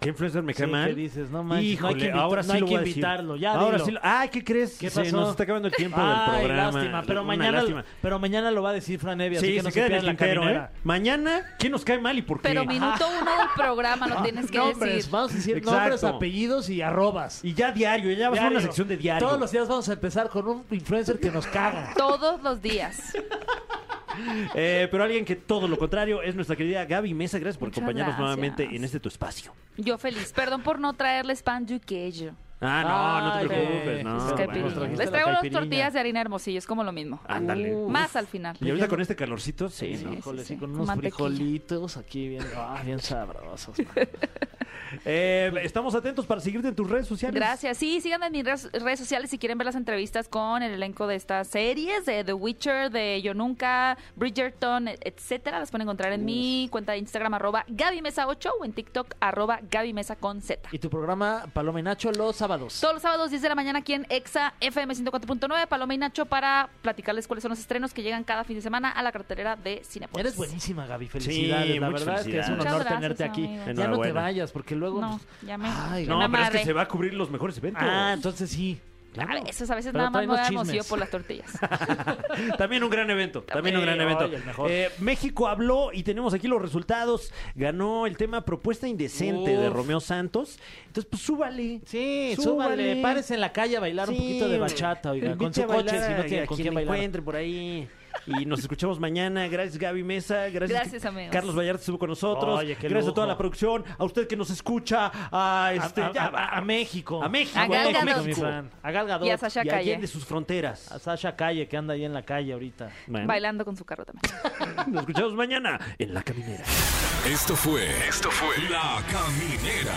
Speaker 2: ¿Qué influencer me cae
Speaker 3: Sí,
Speaker 2: mal?
Speaker 3: que dices, no manches,
Speaker 2: Híjole,
Speaker 3: no hay que invita-
Speaker 2: ahora sí
Speaker 3: no hay
Speaker 2: lo
Speaker 3: que
Speaker 2: voy a decir.
Speaker 3: invitarlo, ya
Speaker 2: Ahora
Speaker 3: dilo.
Speaker 2: sí lo- Ay, ¿qué crees?
Speaker 3: ¿Qué
Speaker 2: Se
Speaker 3: pasó?
Speaker 2: nos está acabando el tiempo
Speaker 3: Ay,
Speaker 2: del programa.
Speaker 3: lástima, pero
Speaker 2: Una
Speaker 3: mañana,
Speaker 2: lástima.
Speaker 3: pero mañana lo va a decir Fran Evia, así
Speaker 2: Sí,
Speaker 3: que no
Speaker 2: se
Speaker 3: se,
Speaker 2: queda en
Speaker 3: pierdan
Speaker 2: el
Speaker 3: la
Speaker 2: tintero, ¿eh?
Speaker 3: caminera.
Speaker 2: Mañana, ¿quién nos cae mal y por qué? Ah,
Speaker 7: Pero minuto uno del programa lo Ah, tienes que
Speaker 3: nombres,
Speaker 7: decir.
Speaker 3: vamos a decir
Speaker 2: Exacto.
Speaker 3: nombres, apellidos y arrobas.
Speaker 2: Y ya diario, ya vas a
Speaker 3: Diario.
Speaker 2: una sección de diario.
Speaker 3: Todos los días vamos a empezar con un influencer que nos caga.
Speaker 7: Todos los días.
Speaker 2: Eh, pero alguien que todo lo contrario es nuestra querida Gaby Mesa. Gracias por
Speaker 7: Muchas
Speaker 2: acompañarnos
Speaker 7: gracias.
Speaker 2: nuevamente en este tu espacio.
Speaker 7: Yo feliz. Perdón por no traerles pan yuqueyo.
Speaker 2: Ah, no, no te
Speaker 3: Ay,
Speaker 2: preocupes.
Speaker 3: eh,
Speaker 2: No,
Speaker 3: pues,
Speaker 7: Los
Speaker 3: qué
Speaker 2: bueno.
Speaker 7: caipirinhas.
Speaker 3: nos trajiste
Speaker 7: Les
Speaker 3: la
Speaker 7: traigo las
Speaker 3: caipirinha.
Speaker 7: tortillas de harina hermosillo, es como lo mismo.
Speaker 2: Ándale.
Speaker 7: Este- Uh. Más al final.
Speaker 2: Ah, Y ahorita con este calorcito, sí,
Speaker 7: Sí.
Speaker 2: ¿no?
Speaker 3: Híjole, sí, con
Speaker 7: con
Speaker 3: unos
Speaker 7: mantequilla.
Speaker 3: frijolitos aquí bien, ah, bien sabrosos. man.
Speaker 2: Eh, estamos atentos para seguirte en tus redes sociales.
Speaker 7: Gracias. Sí, síganme en mis res- redes sociales si quieren ver las entrevistas con el elenco de estas series, de The Witcher, de Yo Nunca, Bridgerton, etcétera. Las pueden encontrar en mi cuenta de Instagram, arroba Gaby Mesa 8 o en TikTok, arroba Gaby Mesa con Z.
Speaker 3: Y tu programa Paloma y Nacho los sábados.
Speaker 7: Todos los sábados, 10 de la mañana, aquí en Exa FM 104.9, Paloma y Nacho, para platicarles cuáles son los estrenos que llegan cada fin de semana a la cartelera de Cinepolis.
Speaker 3: Eres buenísima, Gaby. Felicidades. la
Speaker 2: muchas
Speaker 3: verdad es que es
Speaker 2: felicidades.
Speaker 3: un honor
Speaker 7: Muchas gracias,
Speaker 3: tenerte aquí.
Speaker 7: amigo.
Speaker 3: Ya no te
Speaker 2: Enhorabuena.
Speaker 3: vayas, porque luego.
Speaker 7: No,
Speaker 3: pues,
Speaker 7: ya me.
Speaker 3: Ay,
Speaker 7: ya
Speaker 2: No,
Speaker 7: me
Speaker 2: pero es que
Speaker 7: amarré.
Speaker 2: se va a cubrir los mejores eventos.
Speaker 3: Ah, entonces sí.
Speaker 7: A veces, a veces
Speaker 3: Pero
Speaker 7: nada más me voy
Speaker 3: tráenos
Speaker 7: a
Speaker 3: chismes.
Speaker 7: hermosillo por las tortillas.
Speaker 2: también un gran evento, también un gran
Speaker 3: Eh,
Speaker 2: evento.
Speaker 3: oye, el mejor.
Speaker 2: Eh, México habló y tenemos aquí los resultados. Ganó el tema Propuesta Indecente de
Speaker 3: Uf.
Speaker 2: Romeo Santos. Entonces, pues súbale.
Speaker 3: Sí, súbale. Párese en la calle a bailar un
Speaker 2: Sí.
Speaker 3: poquito de bachata, oiga. Con
Speaker 2: Invite
Speaker 3: su
Speaker 2: a
Speaker 3: coche,
Speaker 2: bailar
Speaker 3: si no
Speaker 2: a-
Speaker 3: tiene
Speaker 2: a
Speaker 3: con
Speaker 2: quien le
Speaker 3: quién bailar.
Speaker 2: encuentre por ahí.
Speaker 3: Y nos escuchamos mañana. Gracias, Gaby Mesa. Gracias,
Speaker 7: Gracias,
Speaker 3: que
Speaker 7: amigos.
Speaker 3: Carlos Vallarta estuvo con nosotros.
Speaker 2: Oye, qué
Speaker 3: Gracias a toda
Speaker 2: lujo.
Speaker 3: la producción. A usted que nos escucha. A, este,
Speaker 2: a,
Speaker 3: ya,
Speaker 2: a- a México.
Speaker 3: a México.
Speaker 7: A Gal
Speaker 3: México,
Speaker 7: Gadot.
Speaker 3: mi fan.
Speaker 2: A Gal Gadot.
Speaker 7: Y a Sasha
Speaker 3: Y
Speaker 7: Calle.
Speaker 3: allende sus fronteras.
Speaker 2: A Sasha Calle, que anda ahí en la calle ahorita.
Speaker 3: Bueno,
Speaker 7: Bailando con su carro también.
Speaker 3: nos escuchamos mañana en La Caminera.
Speaker 1: Esto fue. Esto fue. La Caminera.